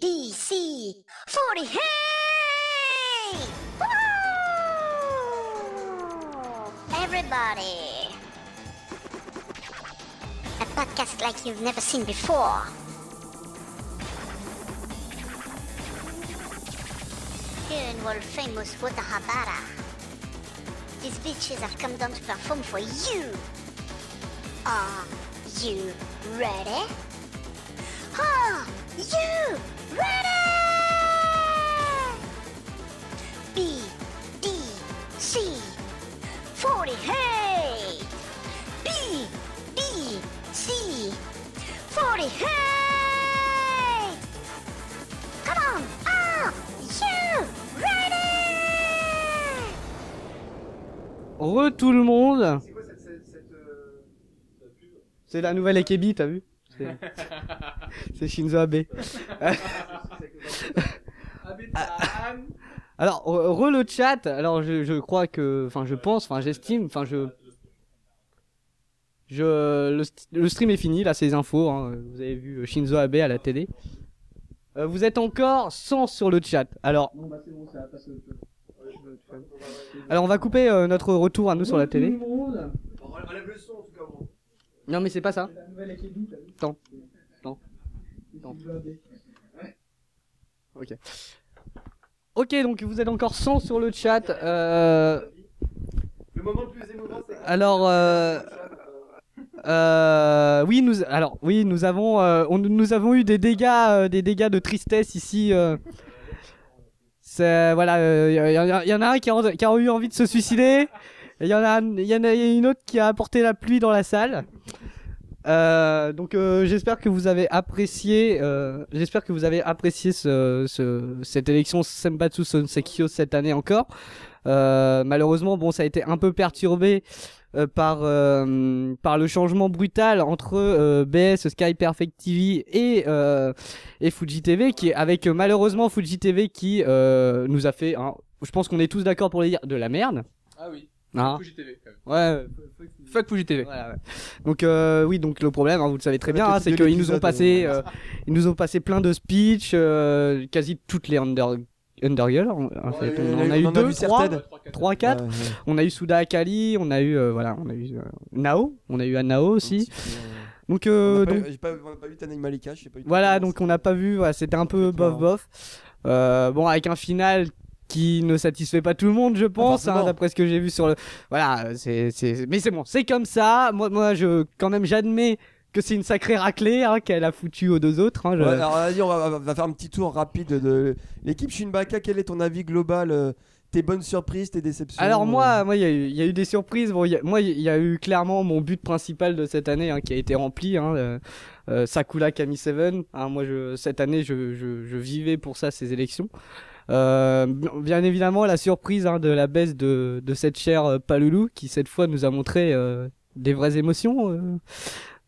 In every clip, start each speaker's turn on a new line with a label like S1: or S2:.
S1: PDC 40 Hey! Woo! Everybody! A podcast like you've never seen before. Here in world famous Watahabara, these bitches have come down to perform for you. Are you ready? Are you ready? B D C forty eight. B D C forty eight. Come on, are you ready?
S2: Re tout le monde C'est la nouvelle Ekebi, t'as vu C'est- C'est Shinzo Abe.
S3: Ah,
S4: Ah.
S2: Alors, re re le chat, alors je, je crois que, enfin je pense, enfin j'estime, enfin je... je le, st- le stream est fini, là c'est les infos, hein. vous avez vu Shinzo Abe à la télé. Euh, vous êtes encore 100 sur le chat, alors... Alors on va couper euh, notre retour à nous sur la télé.
S3: Enlève le son en tout cas. bon.
S2: Non mais c'est pas ça. Attends. Attends. Attends. Ok. Ok, donc vous êtes encore 100 sur le chat. Euh,
S3: Le moment le plus émouvant, c'est.
S2: alors, euh, euh, oui, nous, alors, oui, nous avons, euh, on- nous avons eu des dégâts, euh, des dégâts de tristesse ici. euh. C'est, voilà, il y, en a un qui a, qui a eu envie de se suicider. Il y en a, un- y en a une autre qui a apporté la pluie dans la salle. Euh, donc euh, j'espère que vous avez apprécié, euh, j'espère que vous avez apprécié ce, ce- cette élection Senbatsu Sonsekyo cette année encore. Euh, malheureusement, bon, ça a été un peu perturbé euh, par euh, par le changement brutal entre euh, BS Sky Perfect TV et euh, et Fuji TV qui est avec euh, malheureusement Fuji TV qui euh, nous a fait un- je pense qu'on est tous d'accord pour le dire de la merde
S5: Ah oui,
S2: hein
S5: Fuji TV quand même.
S2: ouais
S5: Fuck Fuji TV.
S2: voilà, ouais. Donc euh, oui, donc le problème, hein, vous le savez très bien, hein, c'est qu'ils nous ont passé, euh, ils nous ont passé plein de speeches, euh, quasi toutes les under undergirls. En, en fait.
S5: il y
S2: on,
S5: en
S2: en a eu deux, trois, trois, quatre.
S6: Ouais, ouais.
S2: On a eu Suda Akali, on a eu euh, voilà, on a eu euh, Nao, on a eu Anao
S6: Un
S2: aussi.
S6: petit peu,
S2: Donc, euh,
S6: euh, on a pas
S2: donc
S6: eu- j'ai pas- On n'a pas vu Tanaï Malika, j'ai pas eu.
S2: voilà, donc on n'a pas vu, voilà, c'était un peu bof
S6: Complètement.
S2: bof. Euh, bon, avec un final qui ne satisfait pas tout le monde, je pense, hein,
S6: forcément.
S2: d'après ce que j'ai vu sur le. Voilà, euh, c'est, c'est, mais c'est bon, c'est comme ça. Moi, moi, je quand même j'admets que c'est une sacrée raclée hein, qu'elle a foutu aux deux autres. hein, je-
S6: Ouais, alors, vas-y, on va, on va faire un petit tour rapide de l'équipe Shinbaka. Quel est ton avis global euh, Tes bonnes surprises, tes déceptions
S2: Alors
S6: euh,
S2: moi, moi, il y, a eu- il y a eu des surprises. Bon, il y a- moi, il y a eu clairement mon but principal de cette année hein, qui a été rempli. Hein, euh, euh, Sakula Kami Seven. Hein, moi, je, cette année, je, je, je vivais pour ça ces élections. Euh, bien évidemment, la surprise hein, de la baisse de, de cette chère euh, Paloulou qui cette fois nous a montré euh, des vraies émotions, euh,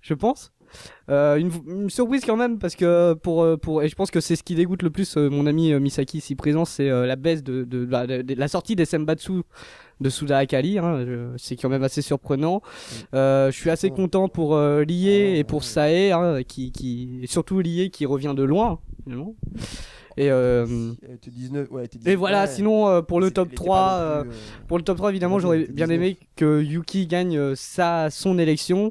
S2: je pense. Euh, une, une surprise quand même parce que pour euh, pour et je pense que c'est ce qui dégoûte le plus euh, mon ami euh, Misaki ici présent, c'est euh, la baisse de, de, la- de- la sortie des Sembatsu de Suda Akali. Hein, je- c'est quand même assez surprenant. Euh, je suis assez content pour euh,
S6: Ah
S2: Lié et pour Sae, hein, qui, qui et surtout Lié qui revient de loin finalement. Et euh,
S6: Elle était 19. Ouais, elle était 19.
S2: et voilà,
S6: Ouais.
S2: sinon euh, pour le
S6: C'était- elle
S2: top
S6: était
S2: 3
S6: pas
S2: euh,
S6: non plus, euh,
S2: pour le top 3 évidemment,
S6: Ouais,
S2: j'aurais
S6: c'était
S2: bien
S6: 19.
S2: aimé que Yuki gagne euh, sa son élection.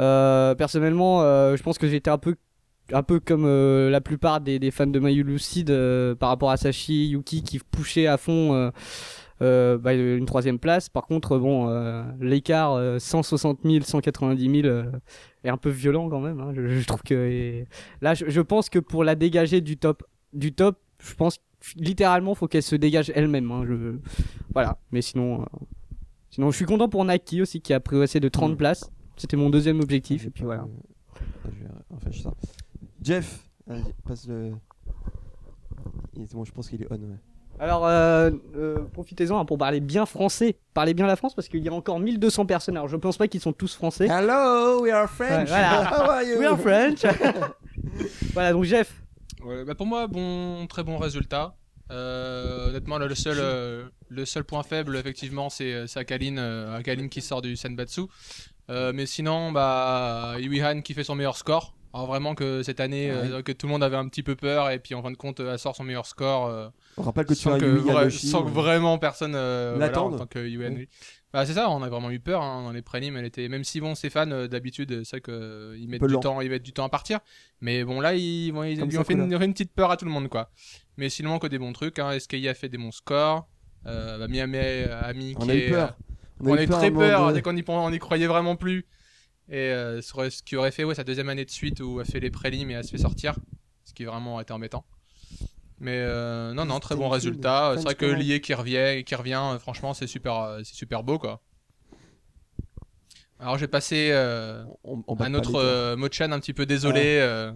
S2: Euh, personnellement, euh, je pense que j'étais un peu un peu comme euh, la plupart des, des fans de Mayu Lucide euh, par rapport à Sashi Yuki qui poussait à fond euh, euh, bah, une troisième place. Par contre, bon, euh, l'écart euh, 160 000, 190 000 euh, est un peu violent quand même. hein. Je, je trouve que et là, je, je pense que pour la dégager du top, du top, je pense littéralement faut qu'elle se dégage elle-même. hein. Je, voilà. Mais sinon, euh, sinon, je suis content pour Naki aussi qui a progressé de 30
S6: Mm.
S2: places. C'était mon deuxième objectif. Et puis voilà.
S6: Attends, euh, je vais- Enfin, je sais pas. Jeff, vas-y, passe le. Il est bon, je pense qu'il est on. Ouais.
S2: Alors, euh, euh, profitez-en hein, pour parler bien français. Parlez bien la France parce qu'il y a encore 1200 personnes. Alors, je pense pas qu'ils sont tous français.
S6: Ah, Hello, we are
S2: Ouais,
S6: French.
S2: voilà.
S6: How are you
S2: We are French. voilà, donc Jeff.
S5: Ouais, bah pour moi, bon, très bon résultat. Euh, honnêtement, là, le seul, euh, le seul point faible, effectivement, c'est euh, c'est Akaline, euh, Akaline qui sort du Senbatsu. Euh, mais sinon, bah, Iwihan qui fait son meilleur score. Alors vraiment que cette année,
S6: Ah ouais.
S5: euh, que tout le monde avait un petit peu peur et puis en fin de compte, euh, elle sort son meilleur score euh,
S6: On rappelle que tu as
S5: sans, que
S6: Yumi
S5: vra-
S6: Yanoshi.
S5: sans que vraiment personne euh, voilà,
S6: L'attende.
S5: en tant que UN.
S6: Ouais.
S5: Bah, c'est ça, on a vraiment eu peur hein, dans les prélims. Elle était, même si bon, Stéphane euh, d'habitude, euh, c'est vrai que euh, ils mettent
S6: peu
S5: du
S6: lent.
S5: temps, ils mettent du temps à partir. Mais bon là, ils, bon, ils
S6: Comme
S5: lui ont fait une,
S6: Sakura.
S5: une petite peur à tout le monde quoi. Mais sinon que des bons trucs. Hein, SKI a fait des bons scores. Euh, bah, Miami, euh, Ami
S6: On
S5: qui
S6: a
S5: est,
S6: eu peur.
S5: on
S6: eu
S5: a eu très
S6: à un moment
S5: peur,
S6: donné.
S5: dès qu'on y, pen- on y croyait vraiment plus. Et euh, ce serait- ce qui aurait fait ouais, sa deuxième année de suite où elle fait les prélims et elle se fait sortir, ce qui vraiment a été embêtant. Mais euh, non, non, très bon
S6: C'était une fille de
S5: résultat. C'est
S6: French
S5: vrai que
S6: Comment.
S5: Lié qui revient, qui revient euh, franchement, c'est super, euh, c'est super beau quoi. Alors j'ai passé euh,
S6: On- on bat
S5: un
S6: pas les
S5: autre
S6: peurs.
S5: euh, Mochan un petit peu désolé. euh,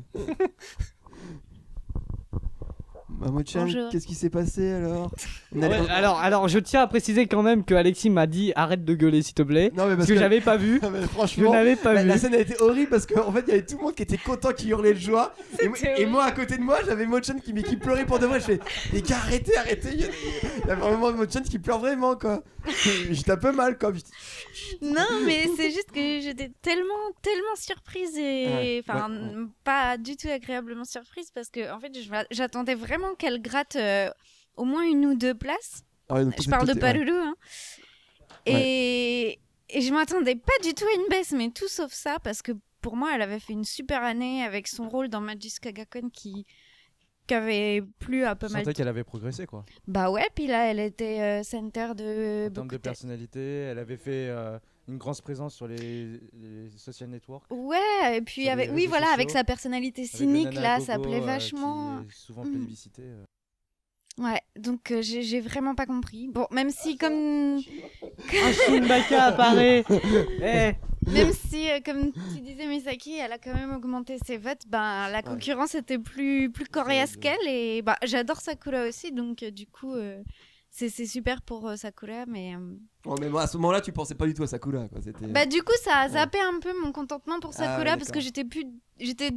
S6: Mamo-chan,
S7: Bonjour.
S6: qu'est-ce qui s'est passé alors On a-
S2: Ah Ouais,
S6: on-
S2: alors, alors, je tiens à préciser quand même que Alexis m'a dit arrête de gueuler s'il te plaît.
S6: Non, mais
S2: Parce que, j'avais pas vu.
S6: Ah, mais
S2: Je
S6: Franchement,
S2: n'avais pas
S6: la,
S2: vu.
S6: la scène a été horrible parce qu'en fait, il y avait tout le monde qui était content, qui hurlait de joie. Et, moi-
S7: C'était
S6: et moi, à côté de moi, j'avais Mochan qui, mais qui pleurait pour de vrai. Je fais, les gars, arrêtez, arrêtez. Il y a- il y a vraiment Mochan qui pleure vraiment, quoi. Et J'étais un peu mal, quoi. J'étais-
S7: Non, mais c'est juste que j'étais tellement, tellement surprise et.
S6: Ouais,
S7: Enfin, mm,
S6: ouais,
S7: pas du tout agréablement surprise parce que, en fait, je- j'attendais vraiment qu'elle gratte euh, au moins une ou deux places.
S6: Ah ouais, donc
S7: Je
S6: tout-
S7: parle
S6: tout
S7: de
S6: est- ouais.
S7: Palulu. Hein. Et, et je m'attendais pas du tout à une baisse, mais tout sauf ça, parce que pour moi, elle avait fait une super année avec son rôle dans Magic Kagakon qui, qui avait plu à pas
S8: Je
S7: mal.
S8: sentais qu'elle avait progressé quoi.
S7: Bah ouais, puis là, elle était euh, center de.
S8: En termes
S7: beaucoup
S8: de
S7: de-
S8: personnalité, elle avait fait euh, une grande présence sur les, les social networks.
S7: Ouais, et puis
S8: Sur les
S7: avec, oui,
S8: réseaux
S7: voilà, avec
S8: sociaux,
S7: sa personnalité
S8: avec le
S7: cynique,
S8: nana
S7: là,
S8: gogo,
S7: ça plaît
S8: euh,
S7: vachement.
S8: qui est souvent
S7: Mm.
S8: plébiscité. euh.
S7: Ouais, donc euh, j'ai j'ai vraiment pas compris. Bon, même si, comme,
S2: Ah, Shinbaka apparaît. Eh,
S7: même si, euh, comme tu disais, Misaki, elle a quand même augmenté ses votes, ben, la concurrence était plus, plus coriace
S8: de-
S7: qu'elle, et ben, j'adore Sakura aussi, donc euh, du coup, euh, c'est c'est super pour euh, Sakura, mais. euh,
S6: Ouais, Oh, mais moi, à ce moment-là, tu pensais pas du tout à Sakula, quoi. C'était.
S7: Bah du coup ça a
S6: Ouais.
S7: zappé un peu mon contentement pour
S6: Ah ouais,
S7: Sakura parce que
S6: d'accord.
S7: j'étais plus j'étais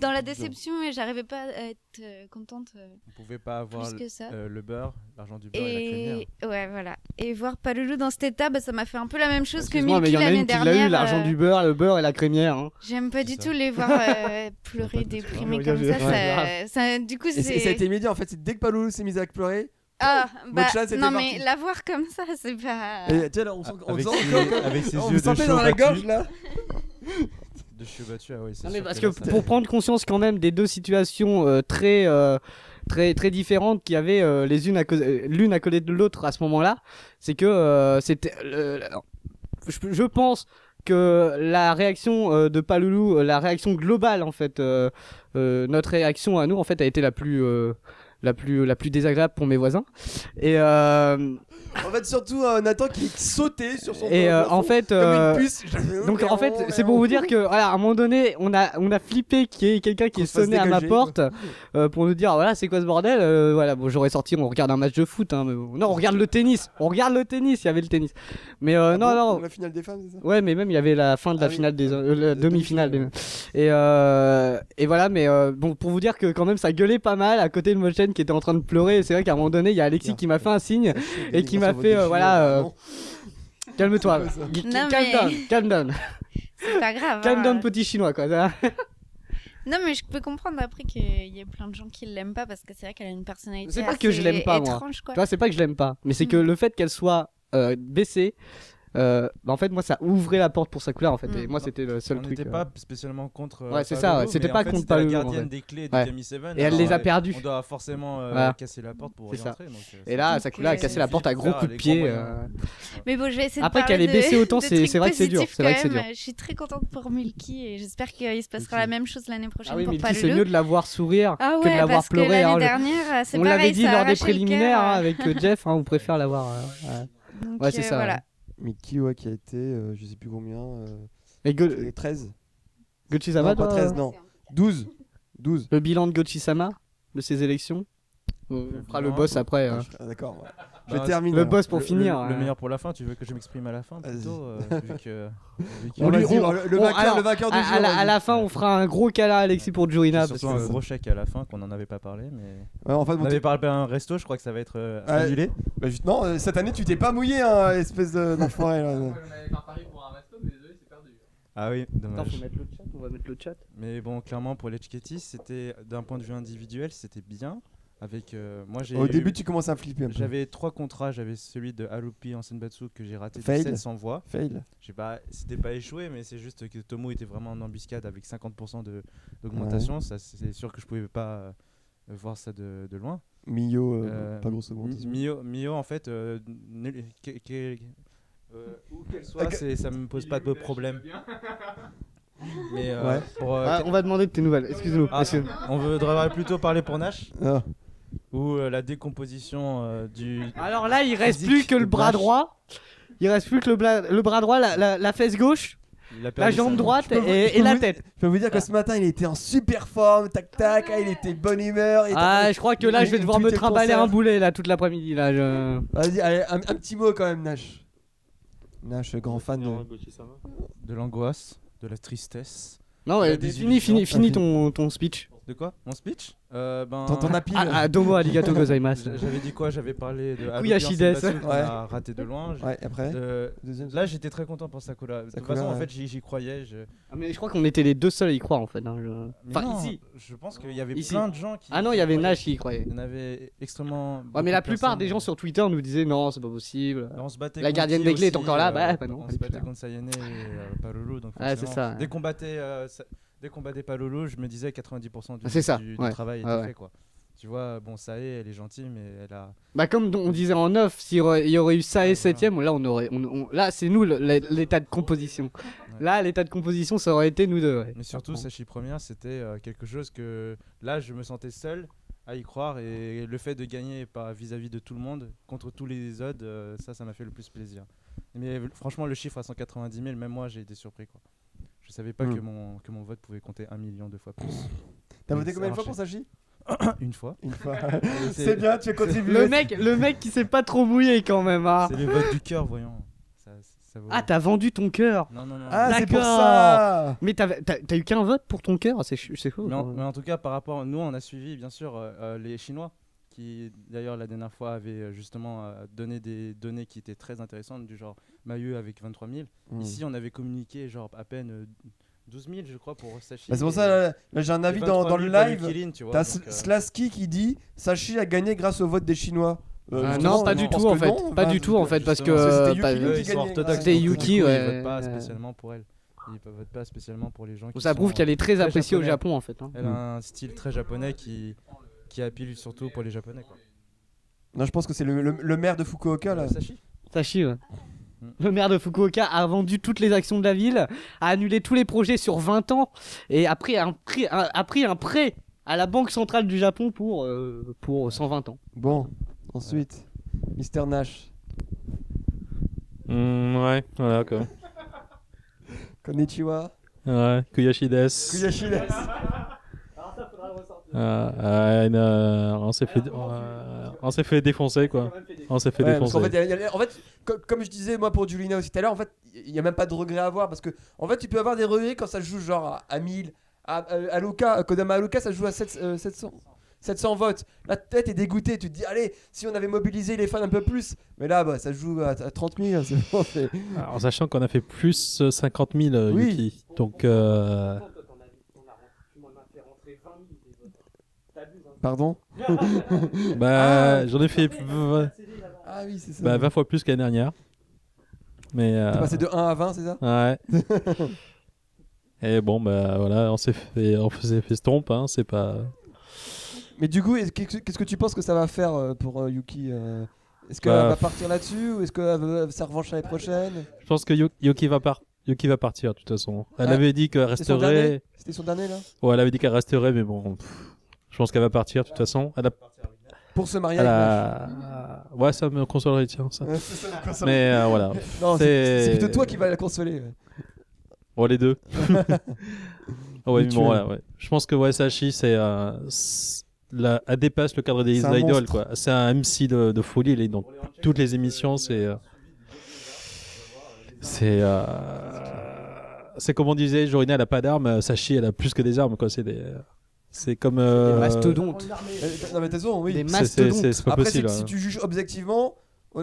S7: dans la
S6: plus dedans.
S7: déception et j'arrivais pas à être euh, contente euh,
S8: On pouvait pas avoir
S7: plus que ça.
S8: euh, le beurre, l'argent du beurre et, la crémière.
S7: Et ouais, voilà. Et voir Paloulou dans cet état, bah, ça m'a fait un peu la même chose que
S2: excuse-moi, mais il
S7: Milky
S2: y en a
S7: l'année
S2: une qui l'a
S7: dernière.
S2: eu, l'argent
S7: euh,
S2: du beurre, le beurre et la crémière. hein.
S7: J'aime pas
S8: C'est
S7: du
S8: ça.
S7: tout les voir euh, pleurer, déprimer
S2: Ouais,
S7: comme
S2: ouais,
S7: ça.
S2: ouais.
S7: ça, ça- du coup,
S6: Et c'est- et ça a
S7: c'est.
S6: été immédiat en fait. C'est dès que Palolo s'est mise à pleurer.
S7: Ah, bah,
S6: Mocha, c'était
S7: non,
S6: parti.
S7: mais la voir comme ça, c'est pas.
S6: Et tu sais, là, on sent
S4: Ah,
S6: on
S8: avec,
S6: sent
S8: ses,
S6: encore que-
S8: avec ses
S6: on
S8: yeux de
S6: sentait
S8: cheveux
S6: dans la gorge
S8: battus,
S6: là.
S8: de cheveux battus, ah ouais, c'est
S2: Non, mais
S8: sûr
S2: parce
S8: que
S2: que
S8: là, ça-
S2: pour prendre conscience quand même des deux situations euh, très euh, très très différentes qu'il y avait euh, les unes à cause- euh, l'une à côté de l'autre à ce moment-là, c'est que euh, c'était le- le- je, je pense que la réaction euh, de Paloulou, euh, la réaction globale en fait, euh, euh, notre réaction à nous en fait a été la plus euh, la plus la plus désagréable pour mes voisins et euh,
S6: En fait, surtout euh, Nathan qui sautait sur son.
S2: et euh, en
S6: plafond
S2: fait
S6: Comme
S2: euh,
S6: une puce. Je-
S2: Donc en fait, c'est pour vous dire que voilà, à un moment donné, on a on a flippé qu'il y ait quelqu'un qui
S6: Qu'on
S2: est
S6: se fasse
S2: sonné à ma
S6: dégager,
S2: porte euh, pour nous dire voilà c'est quoi ce bordel euh, voilà bon j'aurais sorti on regarde un match de foot hein, mais bon. non on regarde le tennis on regarde le tennis il y avait le tennis mais euh,
S6: Ah
S2: non
S6: bon
S2: non
S6: La finale des femmes, c'est ça
S2: Ouais, mais même il y avait la fin de la
S6: Ah oui.
S2: finale des euh, la
S6: La
S2: demi-finale des
S6: demi-finale,
S2: et euh, et voilà mais euh, bon pour vous dire que quand même ça gueulait pas mal à côté de Mochen qui était en train de pleurer Et c'est vrai qu'à un moment donné il y a Alexis qui m'a fait un signe et qui m'a fait euh, voilà euh, calme-toi
S6: C'est quoi ça
S2: Calme
S7: Non, mais-
S2: down, calm down
S7: C'est pas grave.
S2: calm
S7: hein.
S2: down petit chinois quoi ça.
S7: Non, mais je peux comprendre après qu'il y ait plein de gens qui l'aiment pas parce que c'est vrai qu'elle a une personnalité.
S2: C'est pas que je
S7: assez
S2: l'aime pas, moi.
S7: étrange, quoi.
S2: Tu vois, c'est pas que je l'aime pas, mais c'est que
S7: Mm.
S2: le fait qu'elle soit euh, baissée, euh, bah, en fait, moi, ça ouvrait la porte pour sa couleur, en fait.
S7: Mm.
S2: Et moi, c'était le seul
S8: on
S2: truc.
S8: n'était
S2: euh.
S8: pas spécialement contre. euh,
S2: Ouais, c'est ça,
S8: Palolo,
S2: ouais, c'était
S8: mais
S2: pas
S8: en fait,
S2: contre
S8: c'était
S2: Palolo,
S8: La
S2: en
S8: gardienne
S2: fait.
S8: des clés de
S2: Ouais.
S8: Camille Seven.
S2: Et elle
S8: alors,
S2: les a
S8: euh,
S2: perdues.
S8: On doit forcément euh,
S2: Voilà.
S8: casser la porte pour
S2: C'est
S8: y
S2: ça.
S8: entrer. donc, euh,
S2: Et là,
S7: Donc,
S2: sa couleur a
S7: euh,
S2: cassé la porte à gros
S8: faire
S2: coups de
S8: les
S2: pied.
S8: grands
S2: euh.
S7: Mais bon, je vais essayer
S2: Après
S7: de
S2: qu'elle
S7: parler
S2: est
S7: de-
S2: baissée autant,
S7: de
S2: c'est-
S7: trucs
S2: c'est vrai que c'est dur,
S7: positifs
S2: c'est vrai
S7: quand
S2: que c'est
S7: même. Je suis très contente pour Milky et j'espère qu'il se passera
S8: Milky.
S7: la même chose l'année prochaine
S2: Ah oui,
S7: pour
S2: mais il dit,
S7: Palulu.
S2: c'est mieux de la voir sourire
S7: Ah ouais,
S2: que de la voir
S7: parce que
S2: pleurer.
S7: l'année
S2: hein. Je-
S7: dernière, euh, c'est
S2: On
S7: pareil,
S2: l'avait dit
S7: ça a
S2: lors des
S7: arraché le
S2: préliminaires
S7: cœur,
S2: hein, avec euh, Jeff, hein, on préfère la voir. euh, ouais.
S7: donc,
S2: Ouais, c'est
S7: euh,
S2: ça,
S7: Voilà.
S2: ouais.
S6: Mais qui, ouais, qui a été, euh, je sais plus combien. euh,
S2: Et
S6: les 13
S2: Gochi-sama,
S6: Non, pas
S2: toi, euh,
S6: 13, non. 12 12
S2: le bilan de Gochi-sama de ses élections. On fera le
S8: bilan.
S2: boss après. hein.
S6: Ah, D'accord, ouais. je
S8: Bah,
S6: termine.
S2: le
S6: alors.
S2: boss pour
S8: le-
S2: finir.
S8: Le, le
S2: hein.
S8: meilleur pour la fin, tu veux que je m'exprime à la fin
S6: Vas-y.
S8: plutôt euh, vu que, vu que-
S6: On lui-
S2: Vas-y,
S6: on- le,
S2: on-
S6: vainqueur,
S2: alors,
S6: le vainqueur du
S2: À,
S6: jour. hein.
S2: à la, à
S6: vas-y.
S2: la fin, on fera un gros câlin à Alexis pour
S6: Ah,
S2: Jurina.
S8: C'est
S2: Parce
S8: surtout un
S2: que...
S8: gros chèque à la fin qu'on en avait pas parlé, mais
S6: Ouais, en fait,
S8: on
S6: bon,
S8: avait
S6: t'es-
S8: parlé un resto, je crois que ça va être euh,
S6: Ouais.
S8: annulé.
S6: bah, juste- non, euh, cette année, tu t'es pas mouillé, hein, espèce de- d'enfoiré. là.
S5: on avait fait un pari pour un resto, mais désolé, c'est perdu.
S8: Ah oui,
S2: Attends,
S8: dommage.
S2: faut mettre le chat, on va mettre le chat.
S8: Mais bon, clairement, pour l'Etchketis, c'était d'un point de vue individuel, c'était bien. Avec euh, moi, j'ai
S6: Au
S8: eu-
S6: début, tu commences à flipper un peu.
S8: j'avais trois contrats. J'avais celui de Halupi en Senbatsu que j'ai raté
S6: Fail.
S8: de 700 voix.
S6: Fail.
S8: J'ai pas, c'était pas échoué, mais c'est juste que Tomo était vraiment en embuscade avec 50% de- d'augmentation. Ça, c'est sûr que je pouvais pas euh, voir ça de, de loin.
S6: Mio, euh,
S8: Euh,
S6: pas grosse
S8: Mi-
S6: augmentation.
S8: Mio, Mio, en fait, euh, nul- que- que- euh, où qu'elle soit,
S6: Ok.
S8: c'est- ça me pose pas de problème. Mais euh,
S6: Ouais.
S8: pour, euh,
S2: Ah, on va demander de tes nouvelles, excuse-nous.
S8: Ah,
S2: monsieur.
S8: on voudrait plutôt parler pour Nash
S6: Ah.
S8: ou euh, la décomposition euh, du.
S2: Alors là, il reste
S8: Physique
S2: plus que le
S8: de
S2: bras
S8: vache.
S2: droit. Il reste plus que le, bla- le bras droit, la, la- la fesse gauche,
S8: il a
S2: la
S8: perdu
S2: jambe
S8: sa-
S2: droite
S6: Je peux vous-
S2: et,
S6: je peux
S2: et la
S6: vous-
S2: tête.
S6: Je peux vous dire que ce matin, il était en super forme, tac tac, ah, il était de bonne humeur. il était-
S2: Ah, je crois que là, je vais
S6: il-
S2: devoir
S6: il
S2: me
S6: tweetait le
S2: trimballer
S6: concert.
S2: un boulet là toute l'après-midi là. je-
S6: Vas-y, allez, un, un petit mot quand même, Nash. Nash, grand fan de.
S8: de l'angoisse, de la tristesse.
S2: Non,
S8: Il a
S2: euh,
S8: des
S2: fini,
S8: illusions.
S2: fini, fini
S6: Ok.
S2: ton, ton speech.
S8: De quoi Mon speech Euh, ben,
S6: Ton, ton appil.
S2: Ah, ah, domo arigato gozaimasu.
S8: j'a- J'avais dit quoi J'avais parlé de.
S2: Oui, Achides.
S8: On
S6: Ouais.
S8: a raté de loin.
S2: ah.
S8: j'ai-
S6: Ouais, après.
S8: de-
S6: Deuxième.
S8: Là, j'étais très content pour Sakura. De toute
S6: Sakura,
S8: façon, en
S6: ouais.
S8: fait, j'y j'y croyais. je-
S2: Ah, mais je crois qu'on était les deux seuls à y croire en fait. hein, je-
S8: Mais
S2: Enfin,
S8: non,
S2: ici.
S8: Je pense qu'il y avait
S2: Ici.
S8: plein de gens qui.
S2: Ah non, il y avait
S8: qui-
S2: Nash qui y croyait.
S8: Il y en avait extrêmement.
S2: Ouais, mais la
S8: beaucoup de
S2: plupart des
S8: personnes.
S2: gens sur Twitter nous disaient non, c'est pas possible.
S8: Et on se battait
S2: La
S8: contre
S2: gardienne
S8: qui
S2: des clés est
S8: aussi,
S2: encore là
S8: euh,
S2: Bah, bah non,
S8: On
S2: elle est
S8: se
S2: plus
S8: battait
S2: là.
S8: contre Sayane et euh, Palolo. Donc
S2: Ouais, c'est
S8: forcément,
S2: ça, ouais.
S8: Dès qu'on battait, euh, Sa- dès qu'on battait Palolo, je me disais 90% du,
S2: Ah, C'est ça,
S8: du, du
S2: ouais.
S8: travail
S2: Ouais,
S8: était
S2: ouais.
S8: fait. Quoi. Tu vois, bon, Sae, elle est gentille, mais elle a.
S2: Bah comme on disait en 9, s'il y aurait- il y aurait eu ça et
S8: Ouais.
S2: 7ème, là on aurait on- on- là c'est nous le- le- l'état de composition. Là l'état de composition ça aurait été nous deux. ouais.
S8: Mais surtout,
S2: Bon.
S8: sa chi première, c'était euh, quelque chose que là, je me sentais seul à y croire. Et le fait de gagner par- vis-à-vis de tout le monde, contre tous les odds, euh, ça, ça m'a fait le plus plaisir. Mais euh, franchement, le chiffre à 190 000, même moi, j'ai été surpris. Quoi. Je savais pas
S6: Hmm.
S8: que, mon, que mon vote pouvait compter un million de fois plus.
S6: T'as voté
S8: Ça
S6: combien de fois
S8: marchait.
S6: pour Sachi
S8: Une fois.
S6: Une fois.
S8: Et
S6: C'est bien, tu as contribué.
S2: Le mec le mec qui s'est pas trop mouillé quand même. hein.
S8: C'est le vote du cœur, voyons. Ça, ça vaut-
S2: Ah t'as vendu ton cœur.
S8: Non, non, non.
S6: Ah, c'est pour
S2: D'accord.
S6: ça
S2: Mais t'avais- t'as t'as eu qu'un vote pour ton cœur, c'est ch- c'est faux.
S8: mais, en,
S2: hein.
S8: mais en tout cas, par rapport, nous, on a suivi, bien sûr, euh, euh, les Chinois, qui, d'ailleurs, la dernière fois, avaient euh, justement euh, donné des données qui étaient très intéressantes, du genre Mayu avec 23 000.
S2: Mmh.
S6: Hmm.
S8: Ici, on avait communiqué, genre, à peine euh, 12 000, je crois, pour Sachi.
S6: Bah, c'est pour
S8: et-
S6: ça, là, là, j'ai un
S8: et
S6: avis dans,
S8: 23
S6: dans
S8: 000
S6: le
S8: pour
S6: live.
S8: Kilin, tu vois,
S6: T'as
S8: donc, euh,
S6: Slasky qui dit Sachi a gagné grâce au vote des Chinois. Euh,
S2: Ah,
S6: justement,
S2: non, pas
S6: je
S2: du
S6: pense
S2: tout en
S6: que
S2: fait.
S6: non,
S2: Pas
S6: bah,
S2: du tout en fait parce que
S6: Parce que c'était
S2: euh, pas-
S6: Yuki
S8: eux,
S6: Lou
S8: ils sont
S6: gagnait,
S8: orthodoxes,
S6: c'était
S8: donc, du
S2: Yuki,
S8: coup,
S2: ouais.
S8: Ils votent pas
S2: Euh.
S8: spécialement pour elle. Ils votent pas spécialement pour les gens qui
S2: ça prouve
S8: sont-
S2: qu'elle est très
S8: très
S2: appréciée au
S8: japonais.
S2: Japon en fait. hein.
S8: Elle a un style très japonais qui, qui appelle surtout pour les japonais. Quoi.
S6: Non, je pense que c'est le, le- le maire de Fukuoka là.
S8: Sachi
S2: Sachi, ouais.
S8: Mm.
S2: Le maire de Fukuoka a vendu toutes les actions de la ville, a annulé tous les projets sur 20 ans et a pris un, prêt- un- a pris un prêt à la Banque Centrale du Japon pour, euh, pour 120 ans.
S6: Bon, ensuite, Mister Nash.
S4: Hmm, ouais, voilà quoi.
S6: Konnichiwa.
S4: Ouais, Kuyashides.
S6: Kuyashides.
S4: Ah, ah, une, euh, on s'est fait, euh, on s'est fait défoncer quoi. On s'est fait
S6: Ouais, parce
S4: défoncer.
S6: qu'en fait, il y a- il y a- en fait, co- comme je disais moi pour Julina aussi tout à l'heure, en fait, il y a même pas de regret à avoir parce que en fait, tu peux avoir des regrets quand ça se joue genre à, à 1000, à, euh, à- à Luca, à Kodama Aluka, ça se joue à 7, euh, 700. 700 votes. La tête est dégoûtée. Tu te dis, allez, si on avait mobilisé les fans un peu plus. Mais là, bah, ça se joue à, à 30 000. c'est bon, c'est-
S4: Ah, En sachant qu'on a fait plus euh, 50 000 euh,
S6: Oui.
S4: Yuki. Donc euh,
S6: Pardon
S4: bah
S6: Ah.
S4: j'en ai fait v-
S6: Ah oui, c'est ça.
S4: bah, 20 fois plus que l'année dernière. Mais euh,
S6: T'es passé de 1 à 20, c'est ça
S4: ouais. Et bon bah voilà, on s'est fait on faisait festompe hein, c'est pas
S6: Mais du coup, est-ce que- qu'est-ce que tu penses que ça va faire euh, pour euh, Yuki euh, Est-ce qu'elle
S4: Bah,
S6: va partir là-dessus ou est-ce qu'elle va sa revanche l'année prochaine
S4: Je pense que Yu- Yuki va par- Yuki va partir de toute façon. Elle
S6: Ah.
S4: avait dit qu'elle
S6: C'était son
S4: resterait
S6: dernier C'était son dernier là
S4: Ouais, elle avait dit qu'elle resterait, mais bon, pff, je pense qu'elle va partir de toute façon. Elle a-
S6: Pour se marier
S4: elle
S6: avec
S4: a- Ouais, ça me consolerait, tiens, ça.
S6: Nash. Euh, c'est ça, le console.
S4: Mais euh, voilà,
S6: Non, c'est
S4: c'est-
S6: c'est plutôt toi qui vas la consoler. ouais.
S4: bon, les deux. Ah ouais, mais
S6: Mutuel.
S4: bon, voilà, ouais. Je pense que ouais, Sachi, c'est. euh, c'est- la- Elle dépasse le cadre des
S6: C'est un
S4: idoles,
S6: monstre.
S4: quoi. C'est un MC de, de folie, il est dans toutes les émissions, c'est. euh, C'est. euh, C'est comme on disait, Jorina, elle a pas d'armes, euh, Sachi, elle a plus que des armes, quoi. C'est des. C'est comme.
S2: Des
S4: euh,
S2: mastodontes,
S6: Euh, Non, mais t'as raison, oui.
S2: des
S4: c'est- c'est-
S2: mastodontes.
S4: C'est c'est pas
S6: Après,
S4: possible.
S6: si, si
S4: hein.
S6: tu juges objectivement,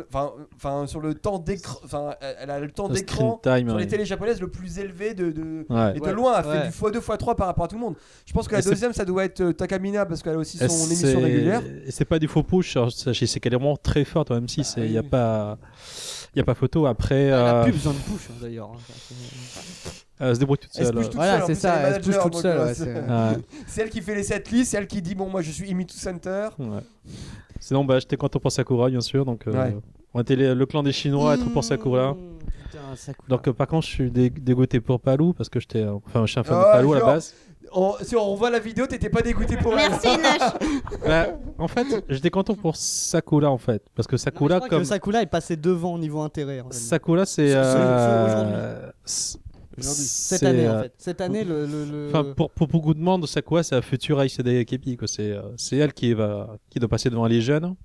S6: Enfin, enfin, sur le temps d'écran. Enfin, elle a le temps
S4: Le
S6: d'écran
S4: screen time,
S6: sur les
S4: ouais.
S6: télés japonaises le plus élevé de. de-
S4: Ouais.
S6: Et de
S2: Ouais,
S6: loin, elle fait
S2: ouais.
S6: du x2, x3 par rapport à tout le monde. Je pense que la
S4: Et c'est-
S6: deuxième, ça doit être euh, Takamina, parce qu'elle a aussi son
S4: Et c'est-
S6: émission régulière.
S4: Et c'est pas du faux push, hein, sachez, c'est qu'elle est vraiment très forte, même si il
S6: oui,
S4: n'y a,
S6: Bah oui.
S4: pas,
S6: Ah,
S4: y a pas photo. Après,
S2: Elle a
S4: euh,
S2: plus besoin de push hein, d'ailleurs. hein.
S4: elle se débrouille toute
S6: Elle se
S4: seule.
S6: bouge toute seule,
S2: Voilà,
S6: en
S2: c'est
S6: plus,
S2: ça,
S6: elle est
S2: elle se bouge
S6: manager,
S2: toute
S6: donc,
S2: seule.
S6: euh,
S2: ouais,
S6: c'est-
S2: c'est-
S4: Ouais,
S6: C'est elle qui fait les setlists, c'est elle qui dit Bon, moi je suis Imitu Center.
S4: ouais. Sinon, bah, j'étais content pour Sakura, bien sûr. Donc, euh,
S6: Ouais.
S4: On était les- le clan des Chinois à être pour Sakura.
S2: Mmh, putain, Sakura.
S4: Donc, euh, par contre, je suis dé- dégoûté pour Palou parce que j'étais. euh, Enfin, je suis un fan
S6: Ah,
S4: de Palou à la
S6: genre.
S4: base.
S6: On- Oh, si on revoit la vidéo, t'étais pas dégoûté pour elle.
S7: Merci Nash.
S4: Bah, en fait, j'étais content pour Sakura, en fait. Parce
S6: Ah,
S2: Non,
S4: que
S2: mais je
S4: Sakura,
S2: crois
S4: comme.
S2: que Sakura est passé devant au niveau intérêt. en fait.
S4: Sakura, c'est.
S2: Ce- ce- ce-
S4: euh, c'est-
S6: Aujourd'hui.
S2: Cette
S4: c'est,
S2: année,
S4: euh,
S2: en fait. Cette année, le. le- le-
S4: Enfin, pour, pour beaucoup de monde, Sakura, c'est la future Aïsada Kepi. quoi. C'est, euh, c'est elle qui, va, qui doit passer devant les jeunes.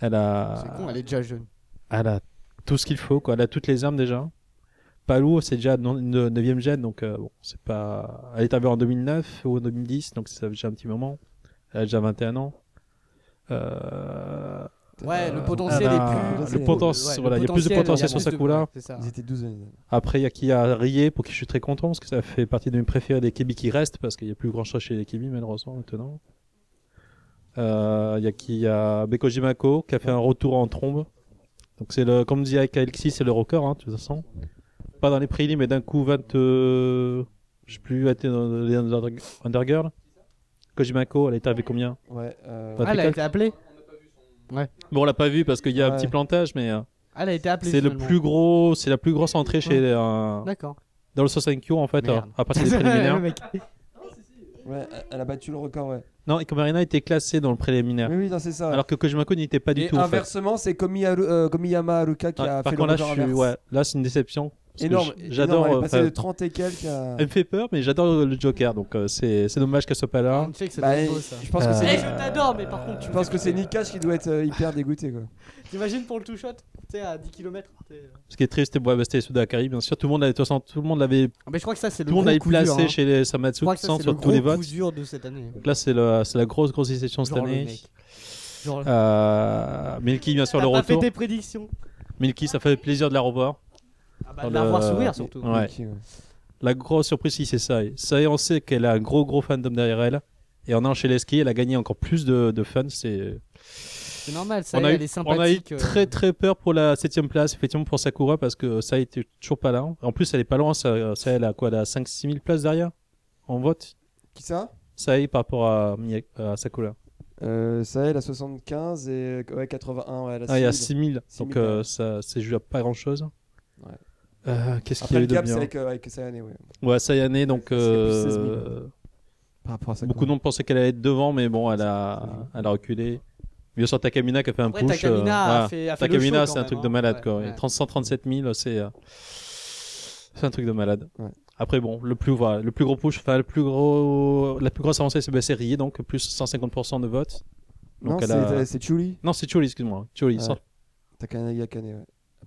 S4: Elle a,
S2: C'est con, elle est déjà jeune.
S4: elle a tout ce qu'il faut. Quoi. Elle a toutes les armes déjà. Palou, c'est déjà non- une 9 gêne. Donc, euh, bon, c'est pas... Elle est arrivée en 2009 ou en 2010, donc ça fait déjà un petit moment. Elle a déjà 21 ans. Euh,
S2: Ouais,
S4: euh,
S2: le potentiel
S4: elle
S2: est
S4: a-
S2: plus.
S4: Le potentiel,
S2: ouais, le
S4: voilà, il y a plus de potentiel sur
S2: il y a plus de-
S4: Sakura.
S2: ouais, c'est ça.
S6: Ils étaient 12
S4: Après, il y a qui a rié, pour qui je suis très content, parce que ça fait partie de mes préférés des Kibi qui restent, parce qu'il n'y a plus grand chose chez les Kibi, malheureusement, maintenant. Euh, Il y a qui il y a Bekoji Mako, qui a fait un retour en trombe. Donc, c'est le, comme dit avec Alexis, c'est le record, hein, de toute façon. Pas dans les prélims, mais d'un coup, 20. euh, je sais plus, elle était dans euh, les Under- Undergirl. Koji Mako, elle est arrivée combien
S6: Ouais. euh,
S4: Pas-
S2: Ah, elle a été appelée
S4: Bon, on l'a pas vu parce qu'il y a un
S6: Ouais.
S4: petit plantage, mais euh,
S2: Ah, Elle a été appelée.
S4: c'est le
S2: finalement.
S4: plus gros, c'est la plus grosse entrée chez euh,
S2: D'accord.
S4: dans le Sosenkyo en fait,
S2: Merde.
S4: euh, à partir des préliminaires.
S2: Le mec.
S6: ouais, elle a battu le record, ouais.
S4: Non, Ikomarina était classé dans le préliminaire.
S6: Oui, oui, non, c'est ça. ouais.
S4: Alors que Kojimako n'y était pas du
S6: Et
S4: tout. en fait.
S6: inversement, c'est Komi Haru- euh, Komiyama Haruka qui
S4: Ouais,
S6: a
S4: par
S6: fait
S4: contre,
S6: le
S4: là,
S6: record
S4: je suis-
S6: inverse.
S4: ouais, là, c'est une déception. Parce que
S6: Énorme.
S4: j-
S6: énorme,
S4: J'adore.
S6: Elle est
S4: euh,
S6: passée
S4: enfin,
S6: de 30 et quelques à.
S4: Elle me fait peur, mais j'adore le Joker. Donc, euh, c'est c'est dommage qu'elle soit pas là.
S2: On check, ça
S6: Bah,
S2: doit être beau, ça.
S6: je pense que
S4: Euh,
S2: Eh,
S6: c'est.
S2: je t'adore, mais par contre, tu
S6: Je
S2: me
S6: pense
S2: fais
S6: que c'est
S2: flipper.
S6: Nikash qui doit être euh, hyper dégoûté quoi.
S2: T'imagines pour le two shot, tu sais, à 10 km.
S4: Ce qui est triste, c'est- ouais, bah, c'était Sudakari, bien sûr. Tout le monde l'avait, de toute façon, tout le monde l'avait, tout
S2: mais je crois que ça, c'est le
S4: le monde
S2: gros
S4: l'avait
S2: coup dur,
S4: placé
S2: hein.
S4: chez les
S2: Je
S4: Samatsu
S2: crois que ça,
S4: sans
S2: c'est le
S4: sur tous les
S2: gros
S4: votes.
S2: coup dur de cette année.
S4: Donc là, c'est le- c'est la grosse, grosse déception cette
S2: Genre le
S4: année.
S2: mec. Genre,
S4: Euh, Milky, bien sûr,
S2: t'as
S4: le
S2: pas fait
S4: retour.
S2: tes prédictions.
S4: Milky, ça fait plaisir de la revoir.
S2: Ah bah,
S4: Dans
S2: de la voir
S4: le-
S2: sourire surtout.
S4: Ouais.
S6: Niki, ouais.
S4: La grosse surprise, si c'est Sai. Sai, on sait qu'elle a un gros gros fandom derrière elle. Et en allant chez les skis, elle a gagné encore plus de, de fans. C'est...
S2: C'est normal, ça,
S4: On, a
S2: elle
S4: eu,
S2: est
S4: on a eu
S2: sympathique. euh,
S4: très très peur pour la 7 place, effectivement, pour Sakura, parce que Sai était toujours pas là. En plus, elle est pas loin. Sai, Sai, elle a quoi Elle a 5-6 000 places derrière en vote.
S6: Qui ça
S4: Sai par rapport à, Mie- à Sakura.
S6: euh, Ça elle a 75 et euh, ouais, 81. Ouais, elle a
S4: Ah, il y a
S6: 6 000.
S4: 6 000.
S6: 6 000,
S4: Donc euh, ça, c'est juste pas grand chose.
S6: Ouais.
S4: qu'est-ce qu'il y
S6: Après
S4: a eu
S6: le
S4: de
S6: gap, c'est
S4: bien
S6: avec, euh, avec Sayane, ouais.
S4: Ouais, Sayane, donc.
S6: Parce qu'il y a plus de
S4: euh,
S6: 16 000. Par rapport à ça.
S4: Beaucoup de monde pensait qu'elle allait être devant, mais bon, elle a, elle a reculé. Bien sûr, Takamina qui a fait un
S2: Après,
S4: push. euh,
S2: Takamina
S4: voilà.
S2: a fait, a fait le show
S4: Takamina,
S2: quand
S4: c'est un
S2: même,
S4: truc
S2: hein.
S4: de malade,
S2: Ouais,
S4: quoi.
S2: ouais.
S4: 30 137 000, c'est. euh, C'est un truc de malade.
S6: Ouais.
S4: Après, bon, le plus, voilà, le plus gros push, enfin, le plus gros, la plus grosse avancée, c'est bah, c'est Rie, donc plus 150% de vote.
S6: Non,
S4: Donc elle
S6: c'est
S4: a-
S6: c'est Chuli.
S4: Non, c'est Choli, excuse-moi. Choli,
S6: Ouais.
S4: cent-
S6: Takana Yakane, ouais.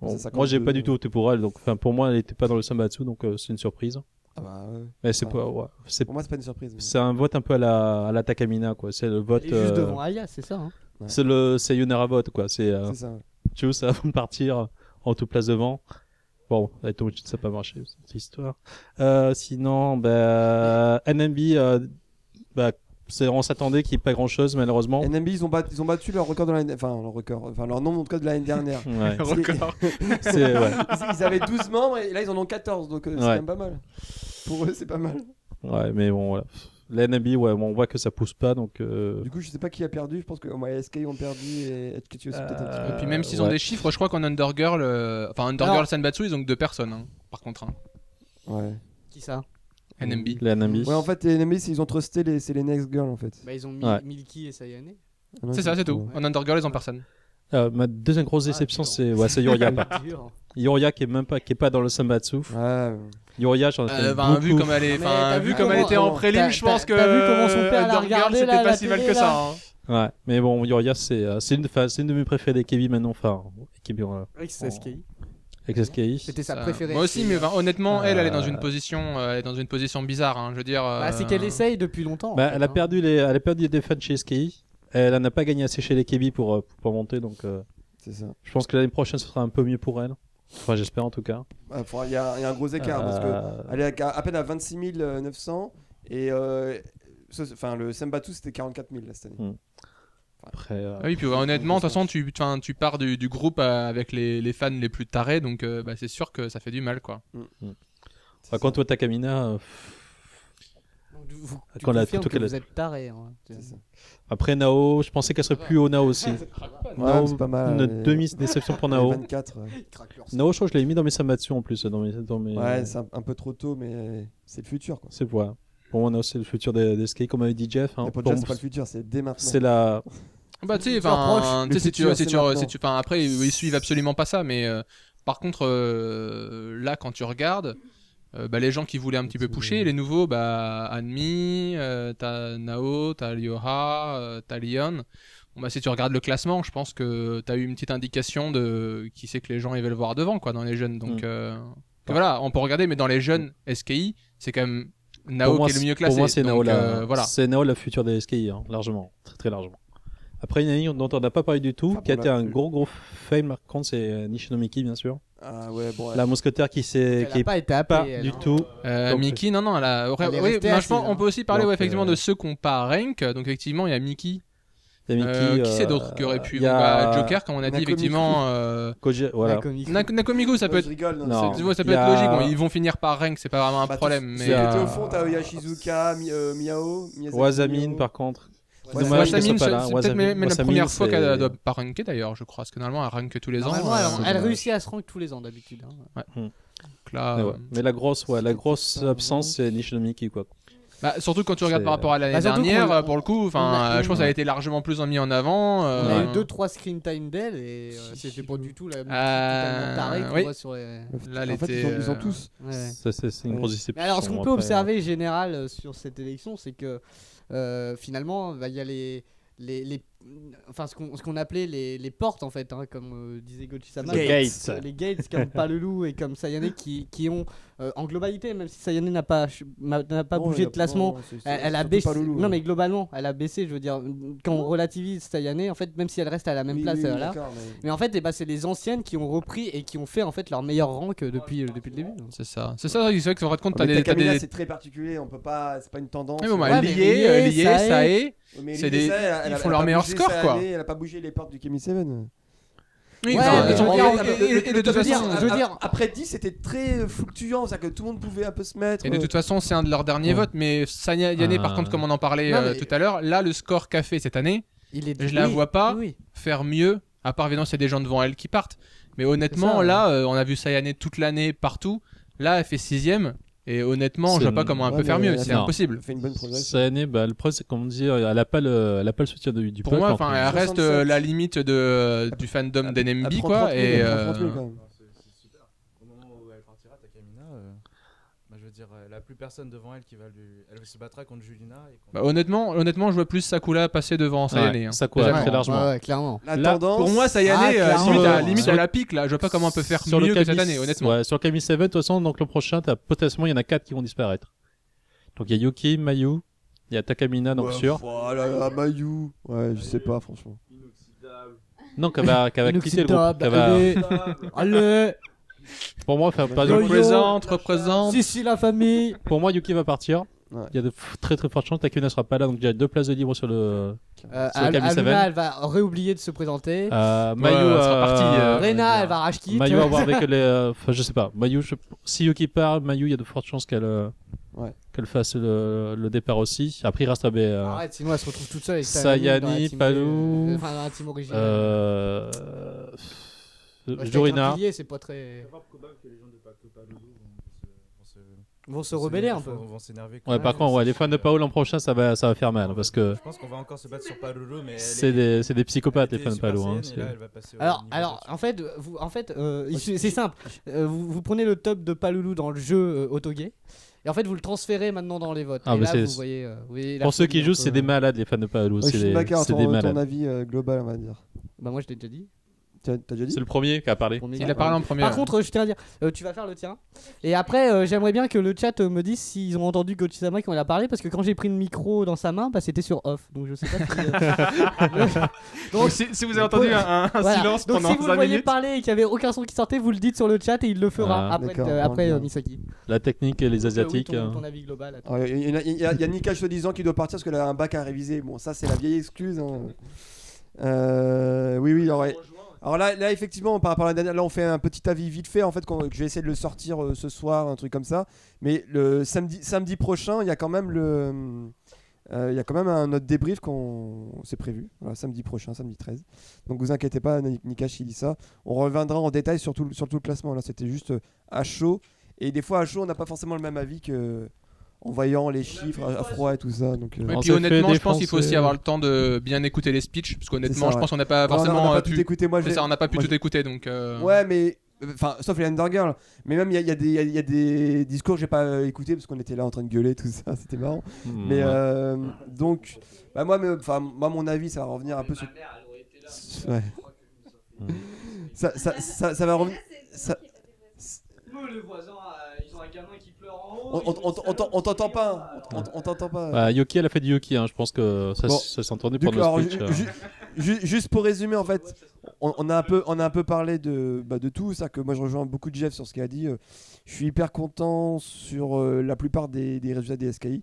S4: bon,
S6: C'est 52,
S4: moi, j'ai pas du
S6: ouais.
S4: tout voté pour elle, donc enfin, pour moi, elle était pas dans le Sambatsu, donc euh, c'est une surprise.
S6: Ah bah ouais.
S4: Mais c'est
S6: Ah.
S4: pas, ouais, c'est
S6: Pour moi, c'est pas une surprise. mais-
S4: c'est un vote un peu à la, à la Takamina, quoi. C'est le vote.
S2: Elle est juste
S4: euh,
S2: devant Aya, c'est ça. hein.
S4: C'est le c'est Yonera vote quoi. C'est euh,
S6: C'est ça. ouais.
S4: Choose avant de partir en toute place devant. Bon, avec Tomo Choose, ça n'a pas marché cette histoire. Euh, sinon, bah, NMB, euh, bah, c'est- on s'attendait qu'il n'y ait pas grand chose malheureusement.
S6: NMB, ils ont, bat- ils ont battu leur record de l'année Enfin, leur record. Enfin, leur nombre en tout cas de l'année dernière.
S4: Ouais,
S5: Record.
S4: c'est ouais,
S6: ils, ils avaient 12 membres et là, ils en ont 14. Donc, euh,
S4: Ouais.
S6: c'est quand même pas mal. Pour eux, c'est pas mal.
S4: ouais, mais bon voilà. La NMB, ouais, bon, on voit que ça pousse pas donc. euh,
S6: Du coup, je sais pas qui a perdu. Je pense que au moins, SK ont perdu et HKT aussi peut-être un
S4: Euh,
S6: petit
S5: Et puis même s'ils ont
S4: ouais.
S5: des chiffres, je crois qu'en Undergirl, euh, enfin Undergirl
S2: Alors-
S5: Sanbatsu, ils ont que deux personnes, hein, par contre. hein.
S6: peu. Ouais.
S2: Qui ça
S5: NMB.
S4: La NMB.
S6: Ouais, en fait, les NMB, c'est- ils ont trusté les, c'est les Next Girl en fait.
S2: Bah, ils ont mis
S4: Ouais.
S2: Milky et Sayane.
S6: Ah non,
S5: C'est ça, c'est tout.
S6: ouais.
S5: En Undergirl, ils ont personne.
S4: Euh, ma deuxième grosse
S2: Ah,
S4: déception,
S2: dur.
S4: c'est ouais, c'est Yoria. par-
S2: Dur.
S4: Yoria qui est même pas qui est pas dans le Sambatsu.
S6: Ouais, hein. ouais. Ah,
S4: Yoria, j'en ai fait
S5: Euh, ben, vu
S4: beaucoup.
S5: comme elle, est,
S2: Ah, mais
S5: enfin,
S2: t'as
S5: vu
S2: vu
S5: comme elle
S2: comment-
S5: était en
S6: t'as-
S5: prélim, je
S2: t'as-
S5: pense que
S2: t'as vu comment son père l'a
S5: Undergirl,
S2: regardé,
S5: c'était
S2: là, à
S5: pas
S2: la
S5: si mal
S2: télé,
S5: que ça.
S2: là.
S5: hein.
S4: Ouais, mais bon, Yoria, c'est euh, c'est une, enfin, c'est une de mes préférées des Kevin maintenant, enfin, Kevin euh,
S2: Avec Sasuke.
S4: avec SKI.
S2: C'était sa
S5: Oh, Ça,
S2: préférée.
S5: Moi aussi, mais ben, honnêtement,
S4: Euh,
S5: elle, elle est dans une position, euh, elle est dans une position bizarre. hein, je veux dire.
S2: Bah, c'est
S5: euh,
S2: qu'elle essaye depuis longtemps. en
S4: Bah,
S2: fait,
S4: elle, a
S2: hein.
S4: perdu les, elle a perdu des fans chez SKI. Elle n'a pas gagné assez chez les Kebi pour, euh, pour, monter, donc euh,
S6: C'est ça.
S4: Je pense que l'année prochaine, ce sera un peu mieux pour elle. Enfin, j'espère en tout cas.
S6: Ah, faudra- Il y, a il y a un gros écart parce que
S4: Euh,
S6: elle est à, à peine à 26 900 et euh, ce- ce- enfin le Sembatu c'était 44 000 là, cette année.
S4: Après, euh,
S5: Ah oui, puis ouais, honnêtement, de toute façon, tu, enfin, tu pars du, du groupe euh, avec les, les fans les plus tarés, donc euh, bah, c'est sûr que ça fait du mal, quoi.
S4: enfin, Bah, quand toi, Takamina, euh,
S2: hein. Donc, du- vous, tu
S4: Ah, Quand la-
S2: confirmes
S4: tout
S2: que
S4: qu'elle a-
S2: vous êtes tarés. hein.
S6: C'est ça.
S4: après Nao, je pensais qu'elle serait plus haut Nao aussi.
S6: Ouais,
S4: Nao,
S6: Ah, c'est pas mal.
S4: Une
S6: les-
S4: demi-déception pour
S6: les
S4: Nao.
S6: 24. ouais.
S4: Nao, je crois que je l'avais mis dans mes Samatsu en plus. Dans mes, dans mes...
S6: euh,
S4: euh,
S6: Ouais, c'est un, un peu trop tôt, mais c'est le futur. Quoi.
S4: C'est pour Pour moi, Nao, c'est le futur des, des skates, comme avait dit Jeff. hein.
S6: Mais pour
S4: Pour-
S6: Jazz, c'est pas le futur, c'est dès maintenant.
S4: c'est la.
S5: Bah, tu sais,
S6: futur
S5: enfin,
S6: proche,
S5: tu
S6: le
S5: sais, si tu,
S6: futur,
S5: si
S6: c'est
S5: tu- si
S6: maintenant.
S5: tu- enfin, après, ils ils suivent absolument pas ça, mais euh, par contre, euh, là, quand tu regardes, euh, bah, les gens qui voulaient un petit peu pusher, les nouveaux, bah, Anmi, euh, t'as Nao, t'as Lyoha, euh, t'as Leon. Bon, bah, si tu regardes le classement, je pense que t'as eu une petite indication de qui c'est que les gens ils veulent voir devant, quoi, dans les jeunes. Donc,
S4: Mm.
S5: euh, que voilà, on peut regarder, mais dans les jeunes SKI, c'est quand même Nao
S4: pour moi,
S5: qui est le mieux
S4: c'est-
S5: classé.
S4: Pour moi, c'est
S5: Donc,
S4: Nao,
S5: euh,
S4: la...
S5: voilà.
S4: c'est Nao la future des SKI, hein, largement. Très, très largement. Après, il y en a une dont on n'a pas parlé du tout,
S6: Enfin,
S4: qui a
S6: bon,
S4: été
S6: là,
S4: un
S6: euh,
S4: gros, gros fail marquant, c'est euh, Nishinomiki, bien sûr.
S6: Ah ouais, bon. ouais.
S4: La mousquetaire qui s'est.
S2: Elle a
S4: qui est
S2: pas été
S4: pas
S2: happée, elle,
S4: du
S2: hein.
S4: tout.
S5: Euh,
S4: Donc,
S5: Mickey, non, non, elle a-
S2: Elle est
S5: oui,
S2: restée
S5: non, je
S2: assise,
S5: pense,
S2: hein.
S5: on peut aussi parler
S4: Donc,
S5: ouais, effectivement
S4: euh,
S5: de ceux qu'on pas rank. Donc effectivement, il y a Mickey.
S4: il y a
S5: Euh,
S4: Mickey,
S5: qui c'est
S4: euh,
S5: d'autre qui aurait pu
S4: il y a-
S5: bah, Joker, comme on a dit,
S6: Nakomiku.
S5: effectivement. euh,
S4: Koji- voilà.
S9: La comique.
S5: Nak- Nakomiku, ça peut
S6: Je
S5: être,
S6: rigole,
S4: Non.
S6: c'est-
S5: tu vois, ça peut
S4: Il y
S5: être
S4: a-
S5: logique. bon, ils vont finir par rank, c'est pas vraiment un
S6: Bah,
S5: problème.
S6: tous-
S5: Mais euh,
S4: il y a-
S6: C'était au fond, t'as Yashizuka, Mi- euh, Miao, Miyazaki,
S4: Wasamine,
S6: Miao.
S4: par contre.
S6: Wasamine,
S4: dommage
S6: Wasamine,
S4: qu'elle soit
S5: Wasamine, c'est
S4: pas là.
S5: c'est peut-être
S4: Wasamine-
S5: même la
S4: Wasamine,
S5: première fois
S4: c'est-
S5: qu'elle doit pas ranker d'ailleurs, je crois. Parce que normalement, elle rank tous les ans.
S2: Normalement,
S5: euh,
S2: elle, elle
S4: dommage.
S2: réussit à se rank tous les ans d'habitude. hein.
S5: donc là,
S4: Mais,
S5: euh,
S4: Ah, ouais. Mais la grosse, ouais, la grosse
S2: C'était pas
S4: absence, c'est Nishinomiki, quoi.
S5: bah, surtout quand tu regardes
S4: C'est-
S5: par rapport à l'année
S2: Bah, surtout qu'on
S5: dernière,
S2: l'a-
S5: euh, pour le coup,
S2: on
S5: enfin,
S2: l'a-
S5: euh, je pense qu'elle a été largement plus mis en avant.
S2: On
S5: euh,
S2: a eu 2-3 screen time d'elle et euh, c'était pas du tout la musique totalement tarée qu'on
S5: oui.
S2: voit sur les.
S5: Là, elle
S6: en fait,
S5: était,
S6: ils ont, ils ont
S5: euh,
S6: tous.
S2: Ouais, ouais.
S4: Ça, C'est c'est une
S6: Ouais.
S4: grosse déception. hein,
S2: Mais alors, ce qu'on peut
S4: après.
S2: observer général euh, sur cette élection, c'est que euh, finalement, bah, il y a les. Les, les- enfin, ce qu'on ce qu'on appelait les, les portes, en fait, hein, comme euh, disait Gochi-sama.
S4: Les gates.
S2: Euh, Les gates, comme Paleloup et comme Sayane, qui, qui ont, euh, en globalité, même si Sayane n'a pas, ch- n'a n'a pas
S6: Non, il
S2: bougé
S6: y a-
S2: de classement,
S6: non, c'est- c'est-
S2: elle, elle a
S6: surtout
S2: baissé.
S6: pas Loulou,
S2: non,
S6: hein.
S2: mais globalement, elle a baissé, je veux dire, quand on relativise Sayane, en fait, même si elle reste à la même
S6: Oui,
S2: place,
S6: oui,
S2: euh, là.
S6: d'accord, mais-
S2: Mais en fait, eh ben, c'est les anciennes qui ont repris et qui ont fait en fait leur meilleur rank euh, depuis, euh, depuis le début. donc.
S5: C'est ça. C'est ça, c'est vrai que tu te rends compte, t'as
S6: Mais
S5: des- t'as
S6: Takamina,
S5: des.
S6: c'est très particulier, on peut pas, c'est pas une tendance.
S5: Ouais, bon,
S2: Ouais,
S5: bah,
S2: mais
S5: lié, euh,
S2: lié,
S5: lié,
S2: ça
S5: ça
S2: est.
S5: est.
S6: Mais
S5: c'est
S6: Lily,
S5: des-
S6: ça, elle-
S5: ils
S6: elle a-
S5: font
S6: elle a
S5: leur
S6: pas
S5: meilleur
S6: bougé
S5: score,
S6: cette
S5: quoi.
S6: année, Elle a pas bougé les portes du Kemi Seven.
S5: Oui,
S2: Ouais,
S5: enfin,
S2: mais
S5: ils sont-
S2: on
S5: et-
S2: regarde-
S5: et- et- et de toute
S2: je veux
S5: façon,
S2: dire, je veux dire,
S6: Après 10, c'était très fluctuant, c'est-à-dire que tout le monde pouvait un peu se mettre. euh,
S5: Et de toute façon, c'est un de leurs derniers
S4: Ouais.
S5: votes, mais Sanya Yane, par
S4: Ah.
S5: contre, comme on en parlait
S2: Non,
S5: euh,
S2: mais-
S5: tout à l'heure, là, le score qu'a fait cette année,
S2: il est.
S5: je la
S2: oui,
S5: vois pas
S2: oui,
S5: faire mieux, à part évidemment s'il y a des gens devant elle qui partent. Mais honnêtement,
S2: C'est ça,
S5: là, euh, on a vu Sayane toute l'année, partout. Là, elle fait sixième, et honnêtement,
S4: C'est
S5: je vois pas
S4: une-
S5: comment elle
S6: Ouais,
S5: peut faire
S6: mais
S5: mieux,
S6: elle a
S5: c'est
S4: fait-
S5: impossible.
S6: fait une bonne progression.
S4: Cette année, bah, le problème, c'est comment dire, elle a pas le, elle a pas le soutien de- du
S5: Pour
S4: peuple,
S5: moi,
S4: en
S5: enfin,
S4: fait.
S5: elle reste euh,
S6: 67.
S5: la limite de, du fandom
S6: Elle
S5: d'NMB,
S6: prend
S5: quoi.
S6: 30 000,
S5: Et,
S6: elle prend
S5: euh,
S6: 30 000 quand même.
S8: Non, c'est- c'est super. Au moment où elle partira, Takamina, euh, bah, je veux dire, elle a plus personne devant elle qui va lui. Elle se battra contre Julina. Et contre-
S5: bah, honnêtement, honnêtement, je vois plus Sakula passer devant Sayane.
S4: Ouais,
S5: hein.
S4: Sakura,
S5: Déjà,
S4: très
S2: ouais,
S4: largement.
S2: ouais, ouais, clairement.
S6: La
S4: Là,
S6: tendance.
S5: Pour moi, Sayane,
S2: Ah,
S5: euh,
S2: clairement.
S5: limite, à- limite
S4: Sur
S5: on
S4: le-
S5: la pique là. Je vois pas comment on peut faire
S4: Sur le
S5: mieux que cette
S4: Kamis-
S5: année, honnêtement.
S4: Ouais, sur le Kamis 7, de toute façon, donc le prochain, t'as potentiellement, il y en a 4 qui vont disparaître. Donc il y a Yuki, Mayu, il y a Takamina, donc
S6: Ouais,
S4: sûr.
S6: Oh là là, Mayu. Ouais, je sais
S5: Euh,
S6: pas, franchement.
S4: Non, qu'elle va, qu'elle va quitter le groupe.
S2: Inoxydable,
S4: qu'elle va-
S2: allez, allez,
S4: Pour moi, enfin, par
S2: Yo-yo.
S4: exemple,
S5: Représente, représente.
S2: si si la famille.
S4: pour moi, Yuki va partir.
S6: Ouais.
S4: Il y a de f- très très fortes chances. Takamina sera pas là, donc il y a deux places de libre sur le.
S2: Euh,
S4: Sur le
S2: Al-
S4: Kami Seven.
S2: Aluna, elle va réoublier de se présenter.
S4: Euh, Mayu
S5: elle sera
S4: euh,
S5: partie, euh,
S2: Rena, elle va rage quitte.
S4: Mayu à voir avec les. euh, Enfin, je sais pas. Mayu, je- si Yuki part, Mayu, il y a de fortes chances qu'elle. euh,
S6: Ouais.
S4: Qu'elle fasse le, le départ aussi. Après, il reste à B. euh,
S2: Arrête, sinon elle se retrouve toute seule. avec sa
S4: Sayani,
S2: famille dans la team-
S4: Palou,
S2: euh, Enfin, dans la team originale.
S4: euh,
S2: Rester avec un
S4: Jorina.
S2: pilier, c'est pas très.
S8: voir que les gens de Paolo vont se.
S2: Ils vont se rebeller un peu.
S8: Vont s'énerver. Euh,
S4: Ouais, par contre, ouais, les fans de Paolo l'an prochain, ça va, ça va faire mal parce que
S8: Je pense qu'on va encore se battre sur Palolo, mais. elle
S4: c'est
S8: est-
S4: des, c'est des
S8: elle
S4: psychopathes,
S8: était
S4: les fans de
S8: Super
S4: Paolo. Hein,
S8: Saiyan, et
S4: c'est-
S8: là, elle va passer au
S2: Alors,
S8: niveau
S2: alors
S8: au-dessus.
S2: en fait, vous, en fait, euh, il su- c'est simple. Euh, vous, vous prenez le top de Paloulou dans le jeu euh, autogay et en fait vous le transférez maintenant dans les votes.
S4: Ah,
S2: et
S4: mais
S2: là,
S4: c'est-
S2: vous voyez, euh, vous voyez la
S4: Pour ceux qui
S2: folie un
S4: jouent,
S2: peu. euh,
S4: c'est des malades, les fans de Paolo.
S6: Ouais, je
S4: c'est
S6: suis
S4: des,
S6: d'accord,
S4: c'est des
S6: ton,
S4: malades.
S6: ton avis euh, global, on va dire.
S2: Bah moi je l'ai déjà dit.
S6: T'as t'as déjà dit
S4: C'est le premier qui a parlé.
S10: Premier
S5: Il
S10: gars.
S5: a parlé en premier.
S2: Par
S5: ouais.
S2: contre, je tiens à dire, euh, tu vas faire le tien. Et après, euh, j'aimerais bien que le chat euh, me dise s'ils ont entendu Gotisama quand il a parlé, parce que quand j'ai pris le micro dans sa main, bah, c'était sur off. Donc je sais pas si. euh,
S11: Donc, si, si vous avez entendu un, un- un
S2: Voilà.
S11: silence
S2: Donc
S11: pendant
S2: si vous
S11: 5
S2: le voyez
S11: minutes,
S2: parler et qu'il y avait aucun son qui sortait, vous le dites sur le chat et il le fera
S4: Ah,
S2: après,
S6: d'accord,
S2: euh, après
S6: bien.
S2: euh, Misaki.
S4: La technique et les asiatiques.
S2: Oui, ton,
S4: euh,
S2: ton avis global. à toi.
S6: Alors, Il y, en a- il y a- il y a Nika, soi-disant, qui doit partir parce qu'elle a un bac à réviser. Bon, ça, c'est la vieille excuse. hein. Euh, oui, oui. Alors, ouais. Alors là, là, effectivement, par rapport à la dernière, là, on fait un petit avis vite fait. En fait, qu'on- que je vais essayer de le sortir euh, ce soir, un truc comme ça. Mais le samedi, samedi prochain, il y a quand même le. euh, il y a quand même un autre débrief qu'on c'est prévu, Voilà, samedi prochain, samedi 13. Donc vous inquiétez pas, Ni- Nika Chilissa. On reviendra en détail sur tout, le- sur tout le classement. Là, c'était juste euh, à chaud. Et des fois, à chaud, on n'a pas forcément le même avis que, en voyant les chiffres à, à froid et tout ça. Donc, euh,
S5: Ouais,
S4: On
S5: puis
S4: s'est fait
S5: honnêtement, je pense qu'il faut
S4: défoncer.
S5: aussi avoir le temps de bien écouter les speeches, parce
S6: C'est
S5: qu'honnêtement,
S6: ça,
S5: je
S6: ouais.
S5: pense qu'on n'a pas
S6: on a- on a
S5: forcément
S6: pas
S5: euh,
S6: tout
S5: pu.
S6: écouté. Moi,
S5: C'est
S6: j'ai-
S5: ça, on n'a pas pu
S6: moi,
S5: tout écouter, donc. euh,
S6: Ouais, mais. Enfin, sauf les Undergirls. Mais même, il y a, il y a des- il y a- il y a des discours que j'ai pas euh, écoutés parce qu'on était là en train de gueuler, tout ça. C'était marrant.
S5: Mm,
S6: Mais
S4: ouais.
S6: euh, donc, bah, moi, mais, enfin, moi, mon avis, ça va revenir un peu sur. Ouais. ça, ça, ça, ça va revenir. ça-
S2: Bah,
S6: On, on- on- on t'en- on t'entend pas. hein. On, on t'entend pas.
S4: Bah, Yuki, elle a fait du Yuki, hein. je pense que ça,
S6: Bon.
S4: ça s'entendait
S6: Du
S4: pour
S6: coup,
S4: nos
S6: alors,
S4: speeches.
S6: ju-
S4: euh.
S6: ju- ju- juste pour résumer, en fait, on, on a un peu, on a un peu parlé de, bah, de tout. C'est-à-dire que moi, je rejoins beaucoup de Jeff sur ce qu'il a dit. Euh, Je suis hyper content sur euh, la plupart des, des résultats des SKI.